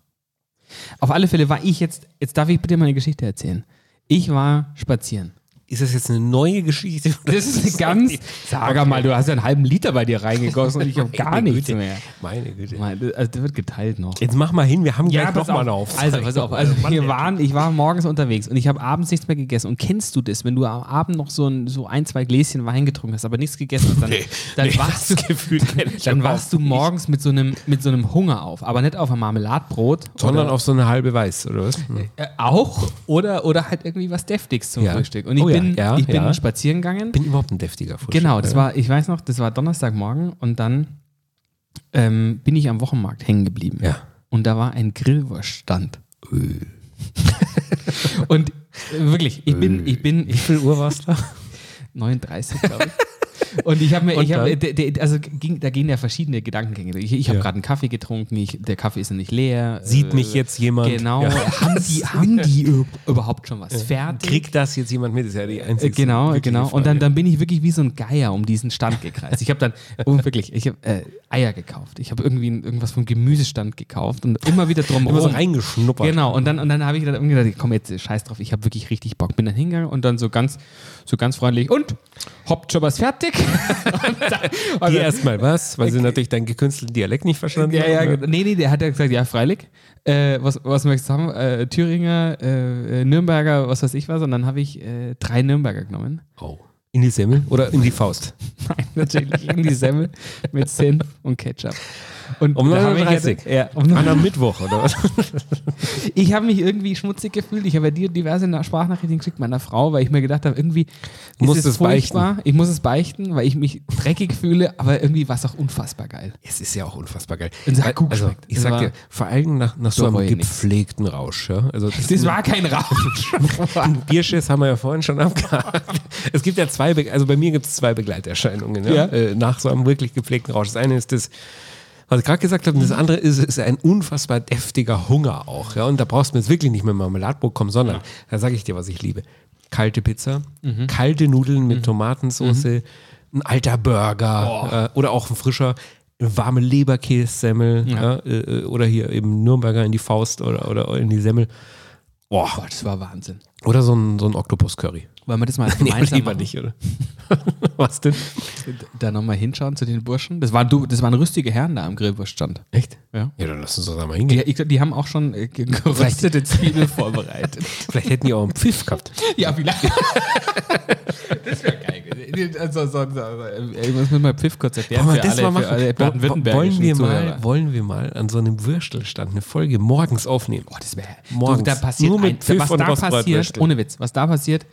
Auf alle Fälle war ich jetzt, jetzt darf ich bitte mal eine Geschichte erzählen. Ich war spazieren.
Ist das jetzt eine neue Geschichte?
Das ist eine ganz. Sag mal, du hast ja einen halben Liter bei dir reingegossen und ich habe gar
Meine
nichts
Güte.
mehr.
Meine Güte.
Mal, das- Also, das wird geteilt noch.
Jetzt mach mal hin, wir haben
Ja,
gleich
pass
noch mal eine
auf.
Aufzeichnung.
Also, pass auf. Also, wir waren, ich war morgens unterwegs und ich habe abends nichts mehr gegessen. Und kennst du das, wenn du am Abend noch so ein, so ein zwei Gläschen Wein getrunken hast, aber nichts gegessen hast, dann, dann wachst du Dann wachst du morgens mit so einem mit so einem Hunger auf, aber nicht auf ein Marmeladbrot,
Sondern
oder,
auf so eine halbe Weiß, oder was? Hm.
äh, auch oder oder halt irgendwie was deftiges zum
Ja.
Frühstück. Und ich
Oh
bin
ja, ja,
ich bin
ja.
spazieren gegangen.
bin überhaupt ein deftiger Frühstück.
Genau, das war, ich weiß noch, das war Donnerstagmorgen und dann ähm, bin ich am Wochenmarkt hängen geblieben.
Ja.
Und da war ein Grillwurststand. Öh. und äh, wirklich, ich bin, ich bin, wie viel Uhr war es da? 39, glaube ich. Und ich habe mir, ich hab,
dann?
der- der- also ging, da gehen ja verschiedene Gedankengänge. Ich, ich habe gerade einen Kaffee getrunken, ich, der Kaffee ist ja nicht leer. Äh,
Sieht mich jetzt jemand?
Genau.
Ja.
Haben, die, haben die üb- überhaupt schon was fertig?
Kriegt das jetzt jemand mit? Ist ja die
Äh,
einzige.
Genau,
wirkliche
genau. Und
Frage.
dann, dann bin ich wirklich wie so ein Geier um diesen Stand gekreist. Ich habe dann, oh, wirklich, ich habe äh, Eier gekauft. Ich habe irgendwie ein- irgendwas vom Gemüsestand gekauft und immer wieder drum
immer so
rum.
reingeschnuppert.
Genau, und dann, und dann habe ich dann irgendwie gedacht, komm jetzt, scheiß drauf, ich habe wirklich richtig Bock. Bin dann hingegangen und dann so ganz, so ganz freundlich, und? Habt schon was fertig? und dann, und
Die
dann-
erstmal was, weil sie natürlich deinen gekünstelten Dialekt nicht verstanden
ja, ja,
haben. ne?
genau. nee, nee, der hat ja gesagt, ja, freilich. Äh, was, was möchtest du haben? Äh, Thüringer, äh, äh, Nürnberger, was weiß ich was. Und dann habe ich äh, drei Nürnberger genommen.
Oh. In die Semmel oder in die Faust?
Nein, natürlich in die Semmel mit Senf und Ketchup. Und
Um
da hab ich
9.30
jetzt- Ja, um
An einem Mittwoch, oder was?
ich habe mich irgendwie schmutzig gefühlt. Ich habe ja dir diverse Na- Sprachnachrichten geschickt meiner Frau, weil ich mir gedacht habe, irgendwie ist
Musst
es
es beichten.
furchtbar. Ich muss es beichten, weil ich mich dreckig fühle, aber irgendwie war es auch unfassbar geil.
Es ist ja auch unfassbar geil.
Und es hat gut
also,
geschmeckt.
ich
Es
sag
war-
dir, vor allem nach, nach so
So
einem
reue nix.
gepflegten Rausch. Ja? Also
Das war kein Rausch.
Ein Bierschiss haben wir ja vorhin schon abgehakt. Es gibt ja zwei, Be also bei mir gibt es zwei Begleiterscheinungen ja?
Ja.
Äh, nach so einem wirklich gepflegten Rausch. Das eine ist das, was ich gerade gesagt habe, und das andere ist, ist ein unfassbar deftiger Hunger auch. Ja? Und da brauchst du mir jetzt wirklich nicht mit Marmeladbrot kommen, sondern, da sage ich dir, was ich liebe. Kalte Pizza, kalte Nudeln mit Tomatensauce, ein alter Burger äh, oder auch ein frischer warme Leberkässemmel ja. äh, äh, oder hier eben Nürnberger in die Faust oder, oder in die Semmel
Boah, das war Wahnsinn.
oder so ein, so ein Oktopus-Curry.
Wollen wir das mal
Nee,
gemeinsam
lieber
machen?
nicht, oder? Was denn?
Da nochmal hinschauen zu den Burschen. Das waren, du, das waren rüstige Herren da am Grillwurststand.
Echt?
Ja.
Ja, dann lass uns doch da mal hingehen.
Ja, ich glaub, die haben auch schon äh, ge- geröstete Zwiebeln vorbereitet.
Vielleicht hätten die auch einen Pfiff gehabt.
Ja, vielleicht. das wäre geil. gewesen. Also, so, so, so. Ich muss mir mal Pfiff kurz erklären.
Wollen wir
für
das
alle,
mal
für alle
machen? Wo- wo-
baden-württembergischen
Wollen wir,
Zuhörer.
mal, wollen wir mal an so einem Würstelstand eine Folge morgens aufnehmen?
Boah, das wäre.
Morgens.
Da passiert
Nur mit
ein,
Pfiff
was
und
da
Rostbratwürstchen.
passiert, ohne Witz, was da passiert,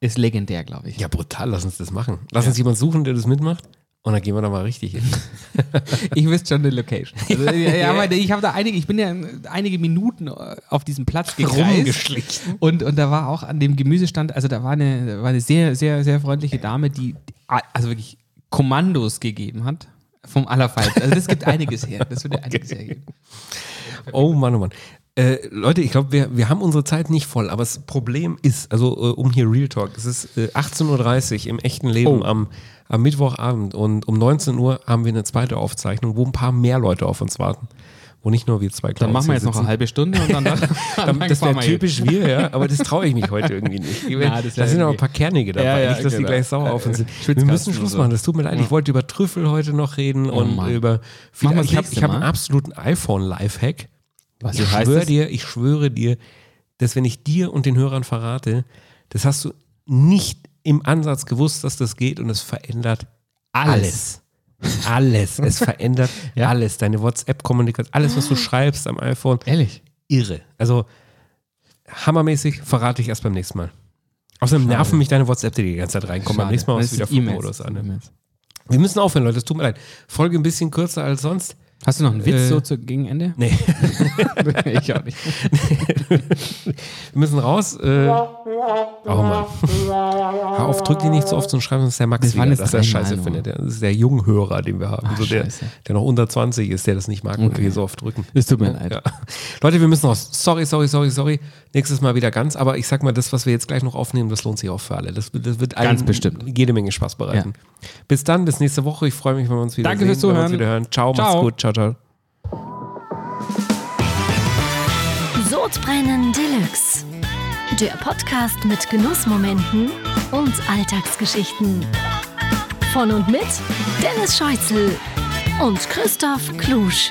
ist legendär, glaube ich.
Ja, brutal, lass uns das machen. Lass uns jemanden suchen, der das mitmacht. Und dann gehen wir da mal richtig hin.
Ich wüsste schon die Location. Also, ja, ja, aber ich habe da einige, ich bin ja einige Minuten äh, auf diesem Platz gekreist.
Rumgeschlichen.
Und, und da war auch an dem Gemüsestand, also da war eine, da war eine sehr, sehr, sehr freundliche Dame, die die- also wirklich Kommandos gegeben hat. Vom Allerfeinsten. Also das gibt einiges her. Das würde einiges hergeben.
Oh Mann, oh Mann. Äh, Leute, ich glaube, wir, wir haben unsere Zeit nicht voll, aber das Problem ist, also äh, um hier Real Talk, es ist äh, 18.30 Uhr im echten
Oh.
Leben am, am Mittwochabend und um 19 Uhr haben wir eine zweite Aufzeichnung, wo ein paar mehr Leute auf uns warten, wo nicht nur wir zwei
Dann machen wir jetzt noch eine halbe Stunde und dann, dann,
dann, das wäre
fahren wir jetzt.
typisch wir, ja, aber das traue ich mich heute irgendwie nicht. Ich
Na, das
da
wär
sind aber
irgendwie-
ein paar Kernige dabei,
Ja, ja,
nicht, dass die
genau.
gleich sauer auf uns sind. Wir
Schwitzkasten
müssen
und
Schluss
so. Oh Mhm.
machen, das tut mir leid. Ich wollte über Trüffel heute noch reden und
Mann.
über
Machen wir das
Ich habe
nächste
hab einen
Mal.
absoluten iPhone-Lifehack.
Was
Ich
heißt
schwöre
das?
dir, ich schwöre dir, dass wenn ich dir und den Hörern verrate, Das hast du nicht im Ansatz gewusst, dass das geht und es verändert alles. Alles. es verändert
Ja.
alles. Deine WhatsApp-Kommunikation, alles, was du schreibst am iPhone.
Ehrlich?
Irre. Also, hammermäßig verrate ich erst beim nächsten Mal. Außerdem nerven mich deine WhatsApp, die die ganze Zeit reinkommen. Beim nächsten Mal
Das
machst du wieder
ist E-Mails.
Flugmodus an. Ne?
E-Mails.
Wir müssen aufhören, Leute. Es tut mir leid. Folge ein bisschen kürzer als sonst.
Hast du noch einen Witz
Äh,
so zu, gegen Ende?
Nee.
ich auch nicht.
Wir müssen raus. Äh, oh Mann. Hör auf, drück die nicht so oft zum Schreiben, sonst ist der Max
Das waren
wieder,
jetzt
dass er
dreimal
scheiße
nur.
findet. Der- Das ist der Junghörer, den wir haben.
Ach,
so der,
scheiße.
der noch unter 20 ist, der das nicht mag, wenn wir hier so oft drücken.
Es tut mir leid.
Ja. Leute, wir müssen raus. Sorry, sorry, sorry, sorry. Nächstes Mal wieder ganz. Aber ich sag mal, das, was wir jetzt gleich noch aufnehmen, das lohnt sich auch für alle. Das, das wird allen
Ganz bestimmt.
jede Menge Spaß bereiten. Bis dann, bis nächste Woche. Ich freue mich, wenn wir uns wieder
Danke
sehen.
fürs
wenn wir uns
Zuhören.
wieder hören. Ciao,
Ciao.
macht's gut. Ciao, ciao.
Sodbrennen Deluxe. Der Podcast mit Genussmomenten und Alltagsgeschichten. Von und mit Dennis Scheuzel und Christoph Klusch.